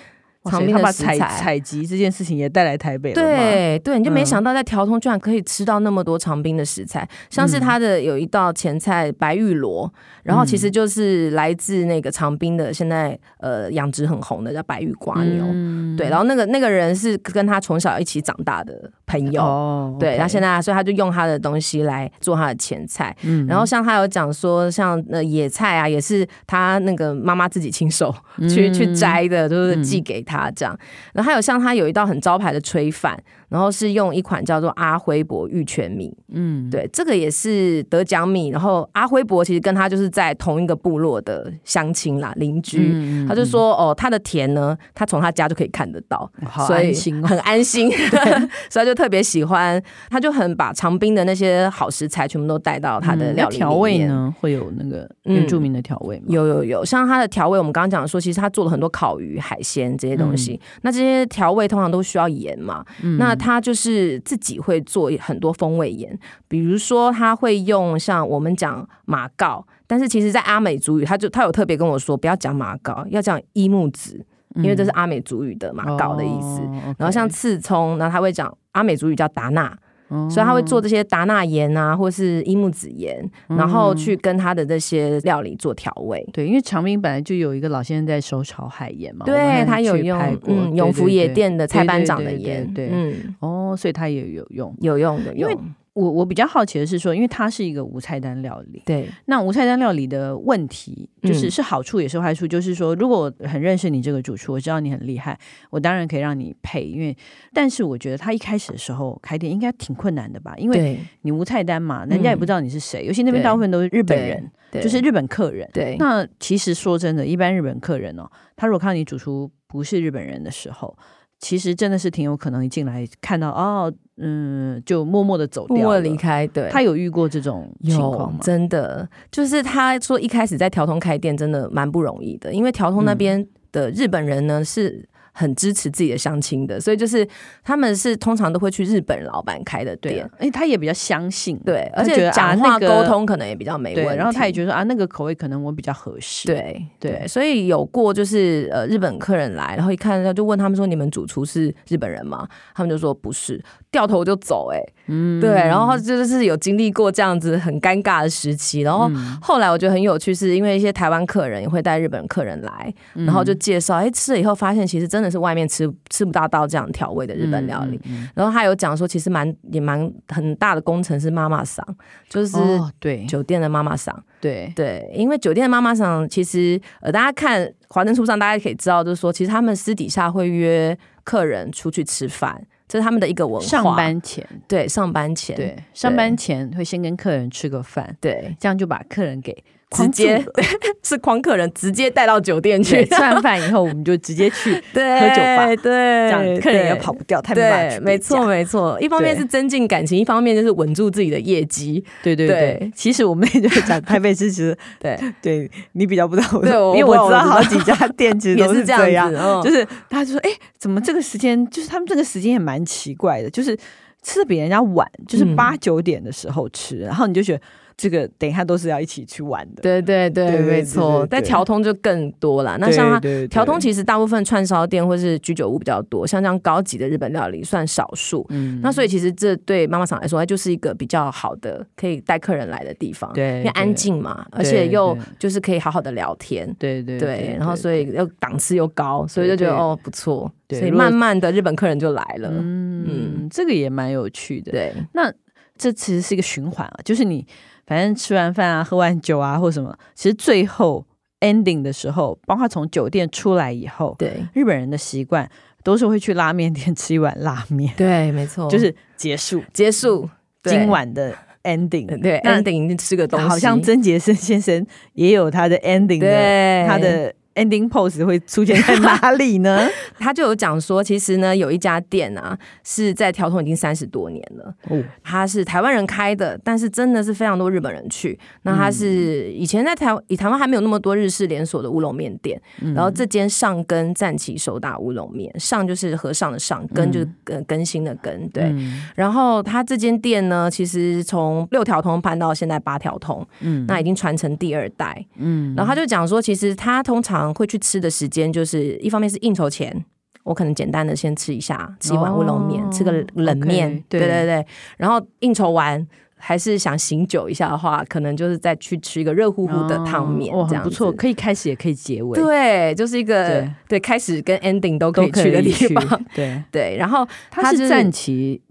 Speaker 1: 哇塞
Speaker 2: 长滨
Speaker 1: 他把
Speaker 2: 的食
Speaker 1: 采
Speaker 2: 材，
Speaker 1: 采集这件事情也带来台北了嘛，
Speaker 2: 对对，你就没
Speaker 1: 嗯
Speaker 2: 想到在调通居然可以吃到那么多长滨的食材，像
Speaker 1: 嗯
Speaker 2: 是它的有一道前菜白玉螺，然后其
Speaker 1: 嗯
Speaker 2: 实就是来自那个长滨的，现在呃养殖很红的叫白玉瓜牛，
Speaker 1: 嗯
Speaker 2: 对，然后那个那个人是跟他从小一起长大的朋友。
Speaker 1: 哦
Speaker 2: 对，
Speaker 1: OK
Speaker 2: 然后现在，所以他就用他的东西来做他的前菜。
Speaker 1: 嗯
Speaker 2: 然后像他有讲说，像呃野菜啊，也是他那个妈妈自己亲手
Speaker 1: 嗯
Speaker 2: 去、去摘的，就是寄给他这样。然后还有像他有一道很招牌的炊饭，然后是用一款叫做阿辉伯玉泉米，
Speaker 1: 嗯
Speaker 2: 对，这个也是得奖米。然后阿辉伯其实跟他就是在同一个部落的乡亲啦，邻居。
Speaker 1: 嗯
Speaker 2: 他就说哦，他的田呢，他从他家就可以看得到，
Speaker 1: 好
Speaker 2: 所以
Speaker 1: 安心哦，
Speaker 2: 很 安心，所以他就特别喜欢，他就很把长滨的那些好食材全部都带到他的
Speaker 1: 嗯
Speaker 2: 料
Speaker 1: 那
Speaker 2: 理
Speaker 1: 调
Speaker 2: 里
Speaker 1: 味
Speaker 2: 面？
Speaker 1: 呢，会有那个原
Speaker 2: 嗯
Speaker 1: 住民的调味吗？
Speaker 2: 有有有，像它的调味，我们刚刚讲说，其实它做了很多烤鱼、海鲜这些东西。
Speaker 1: 嗯
Speaker 2: 那这些调味通常都需要盐嘛，那它就是自己会做很多风味盐，比如说它会用像我们讲马告，但是其实在阿美族语，他就他有特别跟我说，不要讲马告，要讲伊木子，因为这是阿美族语的马告的意思。
Speaker 1: 嗯哦，OK
Speaker 2: 然后像刺葱，然后他会讲阿美族语叫达纳，
Speaker 1: 哦
Speaker 2: 所以他会做这些达纳盐啊，或是伊木子盐，然后
Speaker 1: 嗯
Speaker 2: 去跟他的这些料理做调味。
Speaker 1: 对，因为长滨本来就有一个老先生在手炒海盐嘛，哦我们
Speaker 2: 对
Speaker 1: 还
Speaker 2: 他有
Speaker 1: 去
Speaker 2: 用
Speaker 1: 拍，过
Speaker 2: 嗯，永福
Speaker 1: 对
Speaker 2: 野。
Speaker 1: 对对
Speaker 2: 店的蔡班长的
Speaker 1: 对对对
Speaker 2: 盐，
Speaker 1: 对对
Speaker 2: 嗯，
Speaker 1: 哦，所以他也有用。
Speaker 2: 有用有
Speaker 1: 因为
Speaker 2: 用，
Speaker 1: 我我比较好奇的是说，因为它是一个无菜单料理，
Speaker 2: 对
Speaker 1: 那无菜单料理的问题就是
Speaker 2: 嗯
Speaker 1: 是好处也是坏处，就是说，如果我很认识你这个主厨，我知道你很厉害，我当然可以让你配，因为但是我觉得他一开始的时候开店应该挺困难的吧，因为
Speaker 2: 对
Speaker 1: 你无菜单嘛，人家也不知道你是谁，尤其那边大部分都是日本
Speaker 2: 嗯对
Speaker 1: 人，
Speaker 2: 对，
Speaker 1: 就是日本客人。
Speaker 2: 对
Speaker 1: 那其实说真的，一般日本客人哦，他如果看到你主厨不是日本人的时候，其实真的是挺有可能一进来看到哦，嗯，就默默的走
Speaker 2: 默
Speaker 1: 掉
Speaker 2: 默
Speaker 1: 了。
Speaker 2: 离开，对，
Speaker 1: 他有遇过这种情况
Speaker 2: 有
Speaker 1: 吗？
Speaker 2: 真的，就是他说一
Speaker 1: 嗯
Speaker 2: 开始在调通开店真的蛮不容易的，因为调通那边的日本人呢是。很支持自己的相亲的，所以就是他们是通常都会去日本老板开的
Speaker 1: 对
Speaker 2: 店
Speaker 1: 啊，，哎，他也比较相信，
Speaker 2: 对，而
Speaker 1: 他觉
Speaker 2: 且
Speaker 1: 得啊
Speaker 2: 讲
Speaker 1: 那
Speaker 2: 话
Speaker 1: 个
Speaker 2: 沟通可能也比较没问
Speaker 1: 对，
Speaker 2: 题。
Speaker 1: 然后他也觉得说啊，那个口味可能我比较合适，，
Speaker 2: 对
Speaker 1: 对
Speaker 2: 对，所以有过就是呃日本客人来，然后一看到就问他们说你们主厨是日本人吗？他们就说不是，掉头就走、哎，嗯，对，然后就是有经历过这样子很尴尬的时期，然后后来我觉得很有趣，是因为一些台湾客人也会带日本客人来，然后就
Speaker 1: 嗯
Speaker 2: 介绍，哎、吃了以后发现其实真的是外面吃吃不到到这样调味的日本料
Speaker 1: 嗯
Speaker 2: 理，然后他有讲说其实蛮也蛮很大的工程是妈妈桑，就是呃
Speaker 1: 哦，对，
Speaker 2: 酒店的妈妈桑。
Speaker 1: 对，
Speaker 2: 对，因为酒店的妈妈桑其实呃，大家看《华灯初上》，大家可以知道，就是说，其实他们私底下会约客人出去吃饭，这是他们的一个文化。
Speaker 1: 上班前，
Speaker 2: 对，上班前
Speaker 1: 对，上班前会先跟客人吃个饭，
Speaker 2: 对，
Speaker 1: 这样就把客人给
Speaker 2: 直接
Speaker 1: 框住了
Speaker 2: 是诓客人直接带到酒店去
Speaker 1: 对，吃完饭以后我们就直接去
Speaker 2: 对
Speaker 1: 喝酒吧
Speaker 2: 对，这
Speaker 1: 这样客人也跑。不掉，他没办法
Speaker 2: 对，
Speaker 1: 去
Speaker 2: 没
Speaker 1: 比
Speaker 2: 错
Speaker 1: 价，
Speaker 2: 没错，一方面
Speaker 1: 对
Speaker 2: 是增进感情，一方面就是稳住自己的业绩。
Speaker 1: 对对
Speaker 2: 对
Speaker 1: 对。其实我们也就讲台北市，其实
Speaker 2: 对，
Speaker 1: 对你比较不到我
Speaker 2: 对我
Speaker 1: 因为
Speaker 2: 我
Speaker 1: 我
Speaker 2: 知
Speaker 1: 知道
Speaker 2: 道
Speaker 1: 好几家 店其实
Speaker 2: 也
Speaker 1: 都
Speaker 2: 是这
Speaker 1: 这
Speaker 2: 样子，嗯
Speaker 1: 就是大家就说，哎、怎么这个时间？就是他们这个时间也蛮奇怪的，就是吃的比人家晚，就是
Speaker 2: 嗯
Speaker 1: 八九点的时候吃，然后你就觉得这个等一下都是要一起去玩的。
Speaker 2: 对对对，
Speaker 1: 对对
Speaker 2: 没
Speaker 1: 对
Speaker 2: 错。
Speaker 1: 对对
Speaker 2: 但调通就更多了。那像他
Speaker 1: 对对
Speaker 2: 调通，其实大部分串烧店或是居酒屋比较多，像这样高级的日本料理算少数。
Speaker 1: 嗯
Speaker 2: 那所以其实这对妈妈桑来说，它就是一个比较好的可以带客人来的地方，
Speaker 1: 对
Speaker 2: 因为安，静嘛，而且又就是可以好好的聊天。
Speaker 1: 对对
Speaker 2: 对，然后所以又档次又高，所以就觉得
Speaker 1: 对
Speaker 2: 哦不错，
Speaker 1: 对
Speaker 2: 所以
Speaker 1: 如果
Speaker 2: 慢慢的日本客人就来了。
Speaker 1: 嗯，这个也蛮有趣的。
Speaker 2: 对
Speaker 1: 那这其实是一个循环啊，就是你反正吃完饭啊、喝完酒啊或什么，其实最后 ending 的时候，包括从酒店出来以后，
Speaker 2: 对
Speaker 1: 日本人的习惯都是会去拉面店 吃一碗拉面，
Speaker 2: 对，没错，
Speaker 1: 就是结束
Speaker 2: 结束哦对
Speaker 1: 今晚的 ending。
Speaker 2: 对
Speaker 1: 那
Speaker 2: ending 吃个东西，
Speaker 1: 好像曾杰森先生也有他的 ending 的，
Speaker 2: 对
Speaker 1: 他的 ending pose 会出现在哪里 呢？
Speaker 2: 他就有讲说，其实呢，有一家店啊是在调通已经三十多年了，
Speaker 1: 哦，
Speaker 2: 它是台湾人开的，但是真的是非常多日本人去。那它是以前在台以台湾还没有那么多日式连锁的乌龙面店，然后这间上根赞岐手打乌龙面，上就是和尚的上，根就是呃更新的根，对。然后它这间店呢，其实从六条通搬到现在八条通，嗯，那已经传承第二代，嗯。然后他就讲说，其实他通常会去吃的时间，就是一方面是应酬前。我可能简单的先吃一下，吃一碗乌龙面，
Speaker 1: 哦
Speaker 2: 吃个冷面
Speaker 1: OK，
Speaker 2: 对
Speaker 1: 对
Speaker 2: 对对。然后应酬完，还是想醒酒一下的话，可能就是再去吃一个热乎乎的汤面，
Speaker 1: 哇，哦
Speaker 2: 这
Speaker 1: 很
Speaker 2: 样
Speaker 1: 不错，
Speaker 2: 子
Speaker 1: 可以开始也可以结尾，
Speaker 2: 对，就是一个
Speaker 1: 对
Speaker 2: 对开始跟 ending 都可
Speaker 1: 都
Speaker 2: 以
Speaker 1: 可
Speaker 2: 去的
Speaker 1: 以
Speaker 2: 地
Speaker 1: 去
Speaker 2: 方。。
Speaker 1: 对，
Speaker 2: 对，然后
Speaker 1: 他
Speaker 2: 就是
Speaker 1: 战旗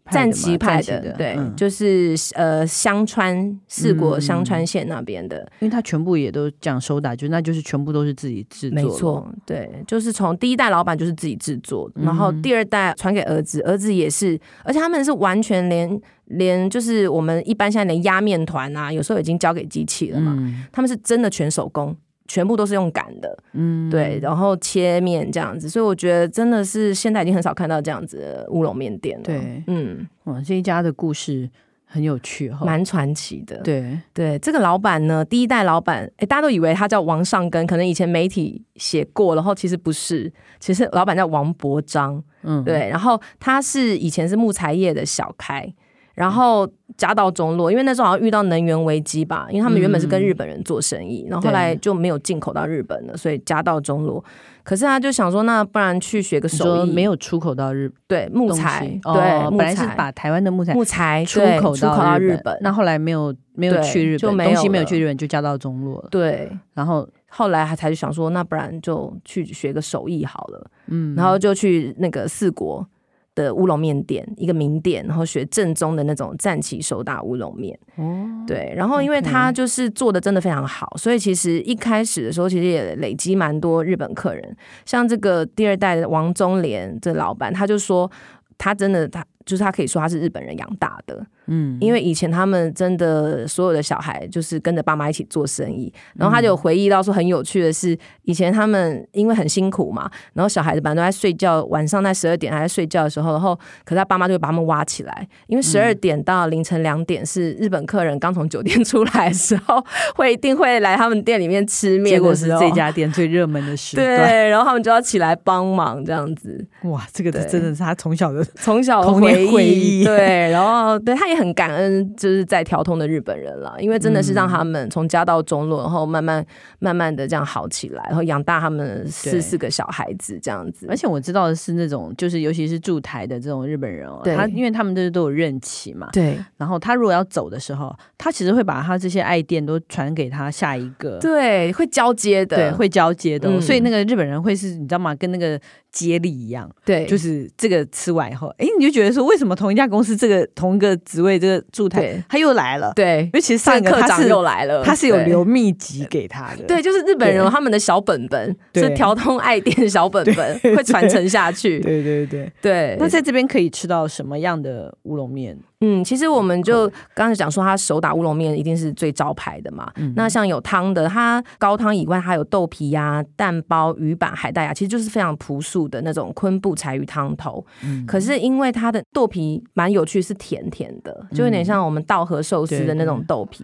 Speaker 1: 派的
Speaker 2: 战
Speaker 1: 吗
Speaker 2: 旗派
Speaker 1: 战旗
Speaker 2: 的，对，
Speaker 1: 嗯
Speaker 2: 就是呃香川四国香川县那边的，
Speaker 1: 因为他全部也都这样收打，就那就是全部都是自己制作，
Speaker 2: 没，错，对，就是从第一代老板就是自己制作，然
Speaker 1: 嗯
Speaker 2: 后第二代传给儿子，儿子也是，而且他们是完全连连就是我们一般现在连压面团啊，有时候已经交给机器了嘛，
Speaker 1: 嗯
Speaker 2: 他们是真的全手工。全部都是用擀的，
Speaker 1: 嗯，
Speaker 2: 对，然后切面这样子，所以我觉得真的是现在已经很少看到这样子的乌龙面店了。
Speaker 1: 对
Speaker 2: 嗯，
Speaker 1: 哇，这一家的故事很有趣哈、
Speaker 2: 蛮传奇的。
Speaker 1: 对，
Speaker 2: 对，这个老板呢，第一代老板，诶，大家都以为他叫王尚根，可能以前媒体写过，然后其实不是，其实老板叫王伯章，
Speaker 1: 嗯，
Speaker 2: 对，然后他是以前是木材业的小开。然后家道中落，因为那时候好像遇到能源危机吧，因为他们原本是
Speaker 1: 嗯
Speaker 2: 跟日本人做生意，然后后来就没有进口到日本了，所以家道中落。可是他就想说，那不然去学个
Speaker 1: 你
Speaker 2: 手
Speaker 1: 说
Speaker 2: 艺，
Speaker 1: 没有出口到日
Speaker 2: 对木
Speaker 1: 东西
Speaker 2: 材，
Speaker 1: 哦
Speaker 2: 对木
Speaker 1: 本来是
Speaker 2: 材
Speaker 1: 把台湾的木材
Speaker 2: 木材
Speaker 1: 出
Speaker 2: 对
Speaker 1: 口
Speaker 2: 出口到日本，
Speaker 1: 那后来没有没有
Speaker 2: 对
Speaker 1: 去日
Speaker 2: 就
Speaker 1: 本，
Speaker 2: 没
Speaker 1: 东西
Speaker 2: 有
Speaker 1: 没有
Speaker 2: 了
Speaker 1: 去日本就嫁到中落了，
Speaker 2: 对，
Speaker 1: 然后
Speaker 2: 后来他才想说，那不然就去学个手艺好了，嗯，然后就去那个四国的乌龙面店，一个名店，然后学正宗的那种战旗手打乌龙面，
Speaker 1: 哦，
Speaker 2: 对，然后因为他就是做的真的非常好，所以其实一开始的时候，其实也累积蛮多日本客人，像这个第二代的王中莲这老板，他就说他真的他。就是他可以说他是日本人养大的，
Speaker 1: 嗯，
Speaker 2: 因为以前他们真的所有的小孩就是跟着爸妈一起做生意，然后他就有
Speaker 1: 嗯
Speaker 2: 回忆到说很有趣的是，以前他们因为很辛苦嘛，然后小孩子本来都在睡觉，晚上在十二点还在睡觉的时候，然后可是他爸妈就会把他们挖起来，因为十二
Speaker 1: 嗯
Speaker 2: 点到凌晨两点是日本客人刚从酒店 出来的时候，会一定会来他们店里面吃面
Speaker 1: 结果
Speaker 2: 的
Speaker 1: 是
Speaker 2: 时候，
Speaker 1: 这家店最热门的时段。
Speaker 2: 对，然后他们就要起来帮忙这样子。
Speaker 1: 哇，这个
Speaker 2: 对
Speaker 1: 真的是他从小的
Speaker 2: 从小
Speaker 1: 童年
Speaker 2: 忆
Speaker 1: 回忆
Speaker 2: 对，然后对他也很感恩，就是在调通的日本人了，因为真的是让他们从家到中落，然后慢慢慢慢的这样好起来，然后养大他们
Speaker 1: 对
Speaker 2: 四四个小孩子这样子
Speaker 1: 而，且我知道的是那种，就是尤其是驻台的这种日本人哦，
Speaker 2: 对
Speaker 1: 他因为他们这都有任期嘛，
Speaker 2: 对
Speaker 1: 然后他如果要走的时候，他其实会把他这些爱店都传给他下一个，
Speaker 2: 对，会交接的，
Speaker 1: 对会交接的哦、
Speaker 2: 嗯
Speaker 1: 所以那个日本人会是你知道吗？跟那个接力一样，
Speaker 2: 对，
Speaker 1: 就是是这个吃完以后，哎，你就觉得说为什么同一家公司这个同一个职位这个驻台
Speaker 2: 对
Speaker 1: 他又来了？
Speaker 2: 对
Speaker 1: 因，为其实上
Speaker 2: 上
Speaker 1: 一个
Speaker 2: 课
Speaker 1: 他
Speaker 2: 长
Speaker 1: 是
Speaker 2: 又来了，
Speaker 1: 他是有
Speaker 2: 对
Speaker 1: 留秘 籍给他的，
Speaker 2: 对，就是日本人有
Speaker 1: 对
Speaker 2: 他们的小本本，
Speaker 1: 对
Speaker 2: 是调通爱店小本 本，会传承下去。
Speaker 1: 对对对。
Speaker 2: 对，
Speaker 1: 那在这边可以吃到什么样的乌龙面？
Speaker 2: 嗯，其实我们就刚才讲说，它手打乌龙面一定是最招牌的嘛。那像有汤的，它高汤以外，还有豆皮呀、蛋包、鱼板、海带呀、其实就是非常朴素的那种昆布柴鱼汤头。可是因为它的豆皮蛮有趣，是甜甜的，就有点像我们稻荷寿司的那种豆皮。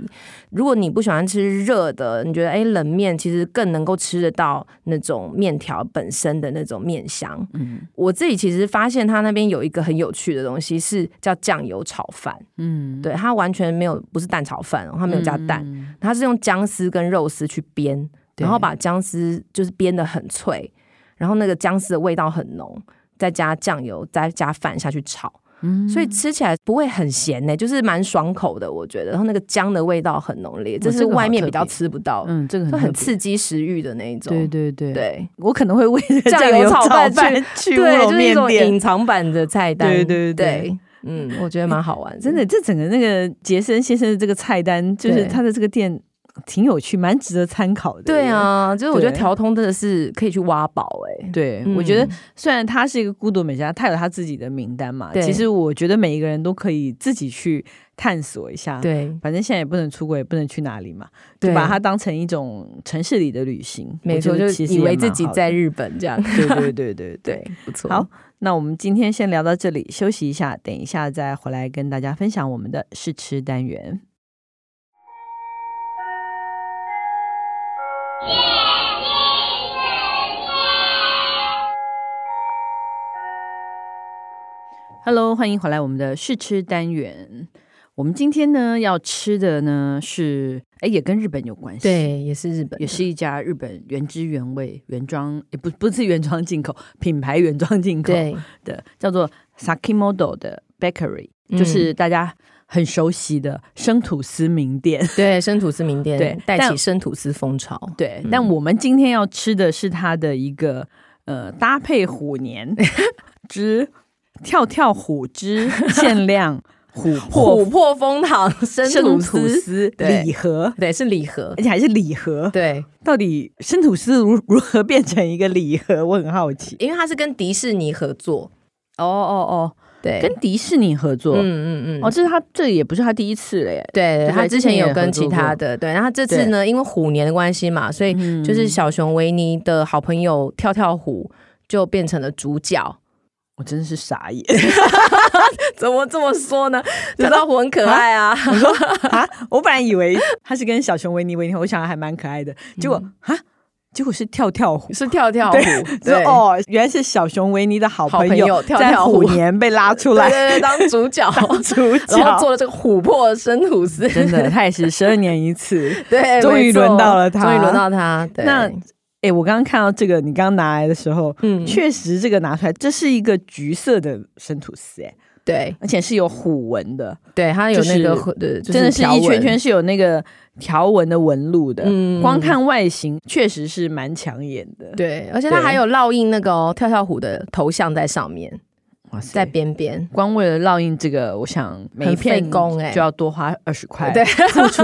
Speaker 2: 如果你不喜欢吃热的，你觉得哎冷面其实更能够吃得到那种面条本身的那种面香。我自己其实发现他那边有一个很有趣的东西，是叫酱油炒饭。嗯，对，它完全没有不是蛋炒饭、哦，它没有加蛋，它是用姜丝跟肉丝去煸，
Speaker 1: 嗯对
Speaker 2: 然后把姜丝就是煸的很脆，然后那个姜丝的味道很浓，再加酱油，再加饭下去炒。
Speaker 1: 嗯
Speaker 2: 所以吃起来不会很咸呢、就是蛮爽口的，我觉得。然后那个姜的味道很浓烈，这
Speaker 1: 哦这
Speaker 2: 是
Speaker 1: 个好
Speaker 2: 外面
Speaker 1: 特
Speaker 2: 比较
Speaker 1: 别
Speaker 2: 吃不到，
Speaker 1: 嗯，这个
Speaker 2: 就
Speaker 1: 很
Speaker 2: 很
Speaker 1: 特别
Speaker 2: 刺激食欲的那一种。
Speaker 1: 对对对，
Speaker 2: 对，
Speaker 1: 我可能会为了
Speaker 2: 酱
Speaker 1: 油
Speaker 2: 油炒
Speaker 1: 饭
Speaker 2: 饭
Speaker 1: 去乌
Speaker 2: 对，就
Speaker 1: 龙
Speaker 2: 是一
Speaker 1: 面
Speaker 2: 种
Speaker 1: 店
Speaker 2: 隐。藏版的菜单。
Speaker 1: 对对对
Speaker 2: 嗯，我觉得蛮好 玩，
Speaker 1: 真的，。这整个那个杰森先生的这个菜单，就是
Speaker 2: 对
Speaker 1: 他的这个店挺有趣，蛮值得参考的。
Speaker 2: 对，啊，就是我觉得
Speaker 1: 对
Speaker 2: 调通真的是可以去挖宝哎、
Speaker 1: 对，
Speaker 2: 嗯
Speaker 1: 我觉得虽然他是一个孤独美食家，他有他自己的名单嘛，
Speaker 2: 对
Speaker 1: 其实我觉得每一个人都可以自己去探索一下。，
Speaker 2: 对
Speaker 1: 反正现在也不能出国，也不能去哪里嘛，
Speaker 2: 对
Speaker 1: 就把它当成一种城市里的旅行。
Speaker 2: 没错，
Speaker 1: 我
Speaker 2: 就
Speaker 1: 觉得
Speaker 2: 是
Speaker 1: 其实
Speaker 2: 以
Speaker 1: 也
Speaker 2: 为
Speaker 1: 蛮
Speaker 2: 自己
Speaker 1: 好的
Speaker 2: 在。日本这样。
Speaker 1: 对对对对对。
Speaker 2: 对，不错。
Speaker 1: 好，那我们今天先聊到这里，休息一下，等一下再回来跟大家分享我们的试吃单元。Hello，欢迎回来我们的试吃单元。我们今天呢要吃的呢是，哎，也跟日本有关系。
Speaker 2: 对，也是日本的，
Speaker 1: 也是一家日本原汁原味原装，也不不是原装进口品牌原装进口
Speaker 2: 对，
Speaker 1: 的，叫做 Sakimoto 的 Bakery，、
Speaker 2: 嗯
Speaker 1: 就是大家很熟悉的生吐司名店。
Speaker 2: 对生吐司名店，
Speaker 1: 对
Speaker 2: 带
Speaker 1: 但
Speaker 2: 起生吐司风 潮。
Speaker 1: 对，
Speaker 2: 嗯
Speaker 1: 但我们今天要吃的是它的一个呃搭配虎 年之跳跳虎之限量 琥
Speaker 2: 琥
Speaker 1: 珀
Speaker 2: 珀蜂糖生
Speaker 1: 生
Speaker 2: 吐
Speaker 1: 吐
Speaker 2: 司，
Speaker 1: 司
Speaker 2: 对
Speaker 1: 礼盒，
Speaker 2: 对，是礼盒
Speaker 1: 而。且还是礼盒。
Speaker 2: 对，
Speaker 1: 到底生吐司如 如何变成一个礼盒？我很好奇。
Speaker 2: 因为它是跟迪士尼合作，
Speaker 1: 哦哦哦。
Speaker 2: 对，
Speaker 1: 跟迪士尼合作。
Speaker 2: 嗯嗯嗯，
Speaker 1: 哦，这是他这也不是他第一次了耶。对
Speaker 2: 对他
Speaker 1: 之
Speaker 2: 之
Speaker 1: 前
Speaker 2: 前
Speaker 1: 也
Speaker 2: 有
Speaker 1: 合
Speaker 2: 跟
Speaker 1: 作
Speaker 2: 其
Speaker 1: 过
Speaker 2: 他的，对，然后这次
Speaker 1: 对
Speaker 2: 呢，因为虎年的关系嘛，所以就是小熊维尼的好朋友跳跳虎就变成了主角。
Speaker 1: 我真的是傻眼
Speaker 2: 怎么这么说呢？跳跳虎很可爱啊，
Speaker 1: 啊！我本来以为他是跟小熊维尼维尼，我想还蛮可爱的，结果啊、结果是跳跳虎。
Speaker 2: 是跳跳虎，
Speaker 1: 说
Speaker 2: 嗯对，
Speaker 1: 哦，原来是小熊维尼的好朋
Speaker 2: 好朋友跳
Speaker 1: 在
Speaker 2: 跳虎
Speaker 1: 虎年被拉出
Speaker 2: 对
Speaker 1: 来
Speaker 2: 对对，当主角，
Speaker 1: 主角，
Speaker 2: 然后做了这个琥珀生吐司，
Speaker 1: 真的，他也是十二年一次。
Speaker 2: 对，
Speaker 1: 终于
Speaker 2: 没错
Speaker 1: 轮到了他
Speaker 2: 终于轮到他，对，
Speaker 1: 那哎、我刚刚看到这个，你刚刚拿来的时候，
Speaker 2: 嗯，
Speaker 1: 确实这个拿出来，这是一个橘色的生吐司，哎，
Speaker 2: 对
Speaker 1: 而且是有虎纹的，
Speaker 2: 对，他有那
Speaker 1: 就
Speaker 2: 个对，就
Speaker 1: 真的是
Speaker 2: 条
Speaker 1: 一圈
Speaker 2: 纹
Speaker 1: 圈是有那个条纹的纹路的，
Speaker 2: 嗯
Speaker 1: 光看外形确实是蛮抢眼的。
Speaker 2: 对，而且它还有烙印那个哦跳跳虎的头像在上面。
Speaker 1: 哇塞
Speaker 2: 在边边。
Speaker 1: 光为了烙印这个，我想每一片
Speaker 2: 很费工欸
Speaker 1: 就要多花二十块，
Speaker 2: 对，
Speaker 1: 付 出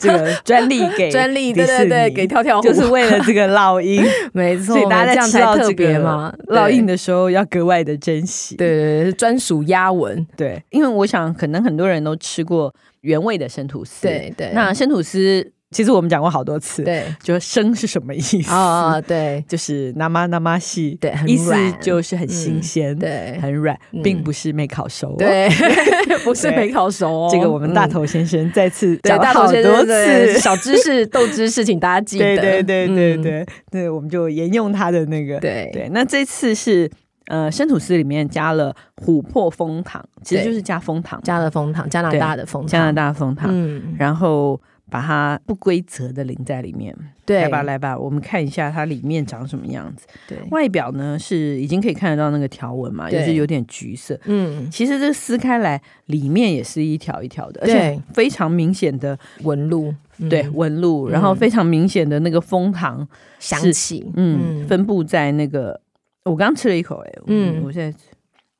Speaker 1: 这个专利给
Speaker 2: 专利，
Speaker 1: 迪
Speaker 2: 对
Speaker 1: 士
Speaker 2: 对
Speaker 1: 尼
Speaker 2: 对，给跳跳 虎，
Speaker 1: 就是为了这个烙印，
Speaker 2: 没错，
Speaker 1: 所以大家在
Speaker 2: 这样
Speaker 1: 吃
Speaker 2: 才
Speaker 1: 到
Speaker 2: 特
Speaker 1: 这
Speaker 2: 别
Speaker 1: 个
Speaker 2: 嘛，
Speaker 1: 烙印
Speaker 2: 的，
Speaker 1: 的时候要格外的珍惜。
Speaker 2: 对对对，是专属压文，
Speaker 1: 对，因为我想可能很多人都吃过原味的生吐司，，
Speaker 2: 对对，
Speaker 1: 那生吐司其实我们讲过好多次，
Speaker 2: 对
Speaker 1: 就是生是什么意思？
Speaker 2: 啊啊 对
Speaker 1: 就是那妈那妈系，
Speaker 2: 对很
Speaker 1: 意思
Speaker 2: 软
Speaker 1: 就是很新
Speaker 2: 嗯
Speaker 1: 鲜，，
Speaker 2: 对
Speaker 1: 很软，并
Speaker 2: 嗯
Speaker 1: 不是没烤熟、哦。
Speaker 2: 对， 不是没烤熟哦，
Speaker 1: 这个我们大
Speaker 2: 嗯
Speaker 1: 头先生再次
Speaker 2: 对
Speaker 1: 讲了
Speaker 2: 大头
Speaker 1: 好
Speaker 2: 先
Speaker 1: 多
Speaker 2: 生对
Speaker 1: 次，
Speaker 2: 小知 识、豆知识，请大家记
Speaker 1: 对
Speaker 2: 得，
Speaker 1: 对对对
Speaker 2: 嗯
Speaker 1: 对对，我们就沿用他的那个。
Speaker 2: 对
Speaker 1: 对，那这次是呃生吐司里面加了琥珀枫糖，其实
Speaker 2: 对
Speaker 1: 就是加枫糖，
Speaker 2: 加了枫糖，加拿
Speaker 1: 对
Speaker 2: 大的枫糖，
Speaker 1: 加拿大枫糖，
Speaker 2: 嗯，
Speaker 1: 然后把它不规则的淋在里面。
Speaker 2: 对
Speaker 1: 来吧来吧，我们看一下它里面长什么样子。
Speaker 2: 对，
Speaker 1: 外表呢是已经可以看得到那个条纹嘛，就
Speaker 2: 对
Speaker 1: 是有点橘色。
Speaker 2: 嗯，
Speaker 1: 其实这撕开来，里面也是一条一条的，而且
Speaker 2: 对
Speaker 1: 非常明显的
Speaker 2: 纹路，嗯
Speaker 1: 对，纹路，然后
Speaker 2: 嗯
Speaker 1: 非常明显的那个蜂糖，
Speaker 2: 香
Speaker 1: 是
Speaker 2: 气，
Speaker 1: 嗯，
Speaker 2: 嗯
Speaker 1: 分布在那个我刚吃了一口、哎，嗯，
Speaker 2: 嗯
Speaker 1: 我现在吃，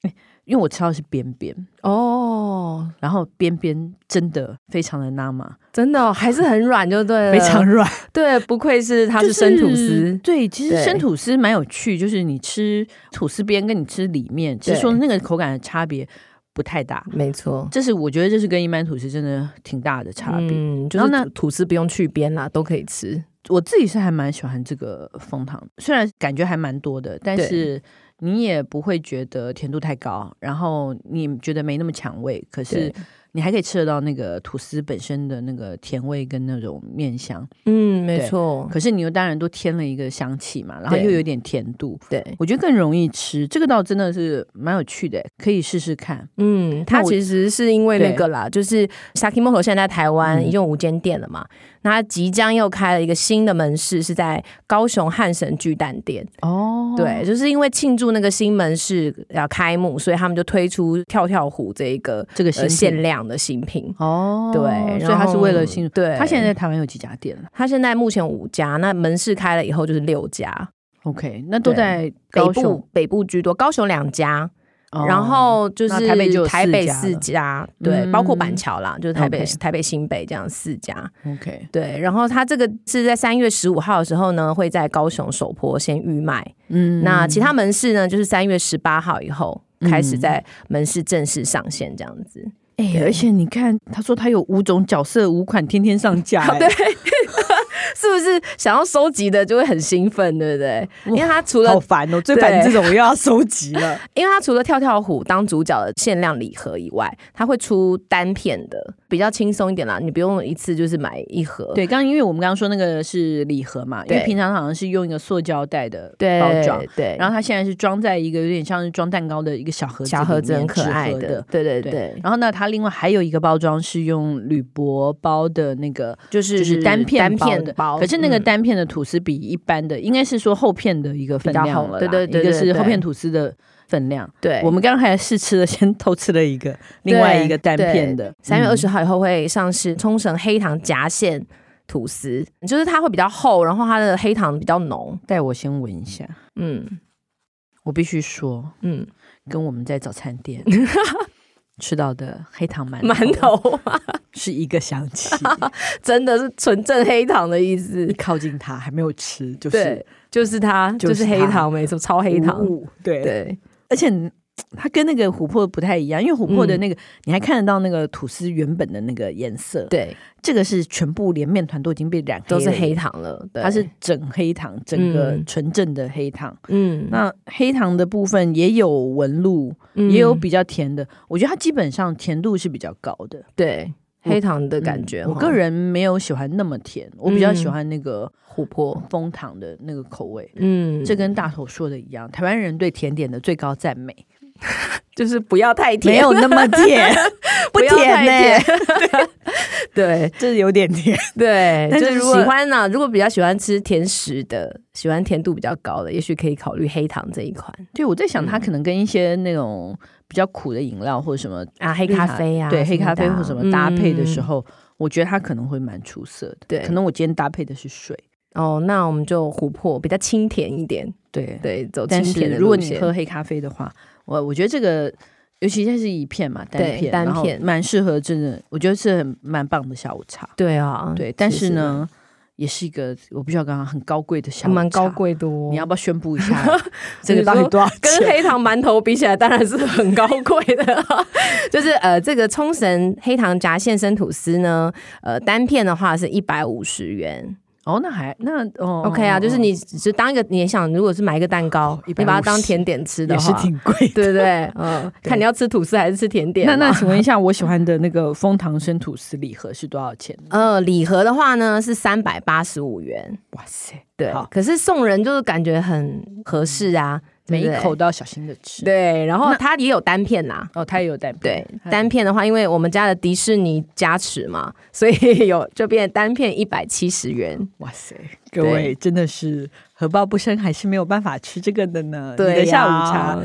Speaker 1: 哎因为我吃到的是边边，
Speaker 2: 哦，
Speaker 1: 然后边边真的非常的那嘛，
Speaker 2: 真的哦还是很软，就对 了，
Speaker 1: 非常软，
Speaker 2: 对，不愧是它
Speaker 1: 就是
Speaker 2: 生吐 司，
Speaker 1: 对，其实
Speaker 2: 对
Speaker 1: 生吐司蛮有趣，就是你吃吐司边跟你吃里面，只是说
Speaker 2: 对
Speaker 1: 那个口感的差别不太大，
Speaker 2: 没错。
Speaker 1: 这是我觉得这是跟一般吐司真的挺大的差别。
Speaker 2: 嗯，就
Speaker 1: 然后
Speaker 2: 是
Speaker 1: 呢
Speaker 2: 吐吐司不用去边啦，都可以吃。
Speaker 1: 我自己是还蛮喜欢这个枫糖，虽然感觉还蛮多的，但
Speaker 2: 对
Speaker 1: 是你也不会觉得甜度太高，然后你觉得没那么抢味，可是
Speaker 2: 对，
Speaker 1: 你还可以吃得到那个吐司本身的那个甜味跟那种面香，
Speaker 2: 嗯，没错，
Speaker 1: 可是你又当然都添了一个香气嘛，然后
Speaker 2: 对
Speaker 1: 又有点甜度，
Speaker 2: 对，
Speaker 1: 我觉得更容易吃。这个倒真的是蛮有趣的，可以试试看。
Speaker 2: 嗯，
Speaker 1: 那
Speaker 2: 它
Speaker 1: 我
Speaker 2: 其实是因为
Speaker 1: 对
Speaker 2: 那个啦，就是 Sakimoto 现在在台湾
Speaker 1: 嗯
Speaker 2: 已经有五间店了嘛，那它即将又开了一个新的门市，是在高雄汉神巨蛋店。
Speaker 1: 哦
Speaker 2: 对，，就是因为庆祝那个新门市要开幕，所以他们就推出跳跳虎这一个
Speaker 1: 这个新
Speaker 2: 呃限
Speaker 1: 品
Speaker 2: 量的新品。
Speaker 1: 哦，
Speaker 2: 对，
Speaker 1: 所以它是为了新，
Speaker 2: 对，
Speaker 1: 它现在在台湾有几家店了
Speaker 2: 它现在目前五家，那门市开了以后就是六家，
Speaker 1: ？OK，那都
Speaker 2: 对
Speaker 1: 在
Speaker 2: 北
Speaker 1: 高雄
Speaker 2: 部北部居多，高雄两家，
Speaker 1: 哦
Speaker 2: 然后就
Speaker 1: 那
Speaker 2: 是
Speaker 1: 台北就有四家了
Speaker 2: 四家，对，
Speaker 1: 嗯
Speaker 2: 包括板桥啦，就是台北
Speaker 1: OK
Speaker 2: 台北新北这样四家，
Speaker 1: OK，
Speaker 2: 对。然后它这个是在三月十五号的时候呢，会在高雄首坡先预卖，
Speaker 1: 嗯
Speaker 2: 那其他门市呢，就是三月十八号以后。开始
Speaker 1: 嗯
Speaker 2: 在门市正式上线，这样子，
Speaker 1: 哎、
Speaker 2: 对
Speaker 1: 而且你看，他说他有五种角色五款，天天上架、哎
Speaker 2: 对，是不是想要收集的就会很兴奋，对不对？因为它除了
Speaker 1: 好烦哦、最烦
Speaker 2: 对
Speaker 1: 这种我又要收集了。
Speaker 2: 因为它除了跳跳虎当主角的限量礼盒以外，它会出单片的，比较轻松一点啦，你不用一次就是买一盒。
Speaker 1: 对，刚刚因为我们刚刚说那个是礼盒嘛，因为
Speaker 2: 对
Speaker 1: 平常好像是用一个塑胶袋的
Speaker 2: 对
Speaker 1: 包装，
Speaker 2: 对，
Speaker 1: 然后它现在是装在一个有点像是装蛋糕的一个小盒子里面，
Speaker 2: 小盒子很可
Speaker 1: 纸盒
Speaker 2: 爱的，
Speaker 1: 的。
Speaker 2: 对对
Speaker 1: 对
Speaker 2: 对，
Speaker 1: 然后呢，它另外还有一个包装是用铝箔包的那个，
Speaker 2: 就是
Speaker 1: 就是单片
Speaker 2: 单
Speaker 1: 包
Speaker 2: 片
Speaker 1: 的。
Speaker 2: 包，
Speaker 1: 可是那个
Speaker 2: 嗯
Speaker 1: 单片的吐司比一般的，应该是说厚片的一个分
Speaker 2: 比较
Speaker 1: 量
Speaker 2: 厚
Speaker 1: 了啦，
Speaker 2: 对对对
Speaker 1: 一个
Speaker 2: 对
Speaker 1: 是
Speaker 2: 对
Speaker 1: 厚片吐司的分量。
Speaker 2: 对，
Speaker 1: 我们刚才试吃了，先偷吃了一个，另外一个单片的，
Speaker 2: 三月二十
Speaker 1: 嗯。
Speaker 2: 号以后会上市冲绳黑糖夹馅吐司，就是它会比较厚，然后它的黑糖比较浓，
Speaker 1: 带我先闻一下，
Speaker 2: 嗯
Speaker 1: 我必须说，
Speaker 2: 嗯，
Speaker 1: 跟我们在早餐 店吃到的黑糖馒
Speaker 2: 馒 头
Speaker 1: 是一个香气，
Speaker 2: 真的是纯正黑糖的意思
Speaker 1: 一，靠近它还没有吃，就是
Speaker 2: 对，就是它，
Speaker 1: 就
Speaker 2: 就是是黑
Speaker 1: 它
Speaker 2: 糖，没错，超黑糖
Speaker 1: 无，物，对，
Speaker 2: 对
Speaker 1: 而且嗯它跟那个琥珀不太一样，因为琥珀的那个、你还看得到那个吐司原本的那个颜色，，
Speaker 2: 对，
Speaker 1: 这个是全部连面团都已经被染黑
Speaker 2: 都是
Speaker 1: 了
Speaker 2: 黑，糖了，对
Speaker 1: 它是整黑糖，整个
Speaker 2: 嗯
Speaker 1: 纯正的黑糖。
Speaker 2: 嗯
Speaker 1: 那黑糖的部分也有纹路，
Speaker 2: 嗯
Speaker 1: 也有比较甜的。我觉得它基本上甜度是比较高的
Speaker 2: 对
Speaker 1: 我
Speaker 2: 黑糖的感觉，
Speaker 1: 嗯我
Speaker 2: 哈
Speaker 1: 个人没有喜欢那么甜，我比较喜
Speaker 2: 嗯
Speaker 1: 欢那个
Speaker 2: 琥珀，
Speaker 1: 枫糖的那个口味。
Speaker 2: 嗯，
Speaker 1: 这跟大头说的一样，台湾人对甜点的最高赞美，
Speaker 2: 就是不要太
Speaker 1: 没
Speaker 2: 甜，
Speaker 1: 有那么 甜，不
Speaker 2: 要
Speaker 1: 甜
Speaker 2: 太
Speaker 1: 呢、
Speaker 2: 甜 对
Speaker 1: 这有点 甜。
Speaker 2: 对，
Speaker 1: 但
Speaker 2: 就是是
Speaker 1: 如
Speaker 2: 喜
Speaker 1: 果
Speaker 2: 欢呐、如果比较喜欢吃甜食的，喜欢甜度比较高的，也许可以考虑黑糖这一款
Speaker 1: 对，我在想它
Speaker 2: 嗯
Speaker 1: 可能跟一些那种比较苦的饮料或者什么
Speaker 2: 啊，黑
Speaker 1: 绿
Speaker 2: 咖
Speaker 1: 茶
Speaker 2: 啡啊，
Speaker 1: 嗯对黑咖啡或什么搭配的时
Speaker 2: 候。嗯
Speaker 1: 候，我觉得它可能会蛮出色的。
Speaker 2: 对
Speaker 1: 可能我今天搭配的是水。
Speaker 2: 哦，那我们就琥珀比较清甜一点，
Speaker 1: 对
Speaker 2: 对，走
Speaker 1: 但
Speaker 2: 清
Speaker 1: 是
Speaker 2: 甜的
Speaker 1: 如果
Speaker 2: 路
Speaker 1: 你
Speaker 2: 线。
Speaker 1: 喝黑咖啡的话，我我觉得这个，尤其它是一片嘛，单
Speaker 2: 对
Speaker 1: 片，
Speaker 2: 单
Speaker 1: 然后
Speaker 2: 片
Speaker 1: 蛮适合，真的，我觉得是很蛮棒的下午茶。
Speaker 2: 对啊，
Speaker 1: 对，但
Speaker 2: 其
Speaker 1: 是
Speaker 2: 实
Speaker 1: 呢，也是一个我必须要刚刚很高贵的下
Speaker 2: 还
Speaker 1: 午茶，
Speaker 2: 蛮高。贵的哦。
Speaker 1: 你要不要宣布一下 这
Speaker 2: 你
Speaker 1: 个到底
Speaker 2: 说
Speaker 1: 多少
Speaker 2: 跟
Speaker 1: 钱？
Speaker 2: 黑糖馒头比起来，当然是很高贵的。 就是呃，这个冲绳黑糖夹现生吐司呢，呃，单片的话是一百五十元。
Speaker 1: 哦，那还那哦
Speaker 2: OK 啊，就是
Speaker 1: 哦
Speaker 2: 你只当一个，你也想，如果是买一个蛋糕，
Speaker 1: 150
Speaker 2: 你把它当甜点吃的
Speaker 1: 也是
Speaker 2: 话，
Speaker 1: 挺贵的。
Speaker 2: 对 不对？嗯，看你要吃吐司还是吃甜点
Speaker 1: 那
Speaker 2: 嘛。
Speaker 1: 那请问一下，我喜欢的那个枫糖生吐司礼盒是多少钱？
Speaker 2: 呃，礼盒的话呢是三百八十五元，
Speaker 1: 哇塞，
Speaker 2: 对
Speaker 1: 好。嗯
Speaker 2: 可是送人就是感觉很合适啊，
Speaker 1: 每一
Speaker 2: 对不对
Speaker 1: 口都要小心的吃。
Speaker 2: 对。然后它也有单片啦，
Speaker 1: 哦，它也有单
Speaker 2: 对
Speaker 1: 片，
Speaker 2: 单片的话，因为我们家的迪士尼加持嘛，所以有就变单片一百七十元。
Speaker 1: 哇塞，各位真的是荷包不深，还是没有办法吃这个的呢。你
Speaker 2: 对
Speaker 1: 的
Speaker 2: 呀
Speaker 1: 下午茶，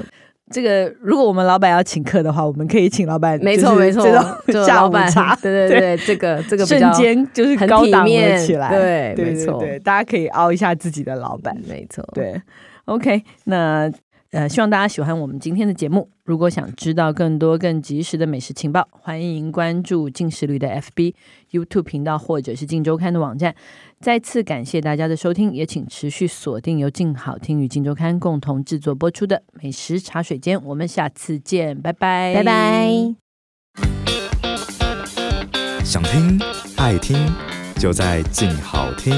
Speaker 1: 这个如果我们老板要请客的话，我们可以请老板，
Speaker 2: 没错
Speaker 1: 就是
Speaker 2: 没错
Speaker 1: 这种，
Speaker 2: 就
Speaker 1: 下
Speaker 2: 老
Speaker 1: 午
Speaker 2: 板
Speaker 1: 茶，
Speaker 2: 对对对，这个这个比
Speaker 1: 瞬
Speaker 2: 较
Speaker 1: 间就是
Speaker 2: 很
Speaker 1: 高
Speaker 2: 体
Speaker 1: 档了
Speaker 2: 面
Speaker 1: 起来。
Speaker 2: 对
Speaker 1: 对
Speaker 2: 没
Speaker 1: 对
Speaker 2: 错
Speaker 1: 对，大家可以凹一下自己的老板。
Speaker 2: 没错，
Speaker 1: 对，OK，那呃，希望大家喜欢我们今天的节目。如果想知道更多更及时的美食情报，欢迎关注进食旅的 FB、YouTube 频道或者是静周刊的网站。再次感谢大家的收听，也请持续锁定由静好听与静周刊共同制作播出的美食茶水间。我们下次见，拜拜，
Speaker 2: 拜拜。
Speaker 3: 想听爱听，就在静好听。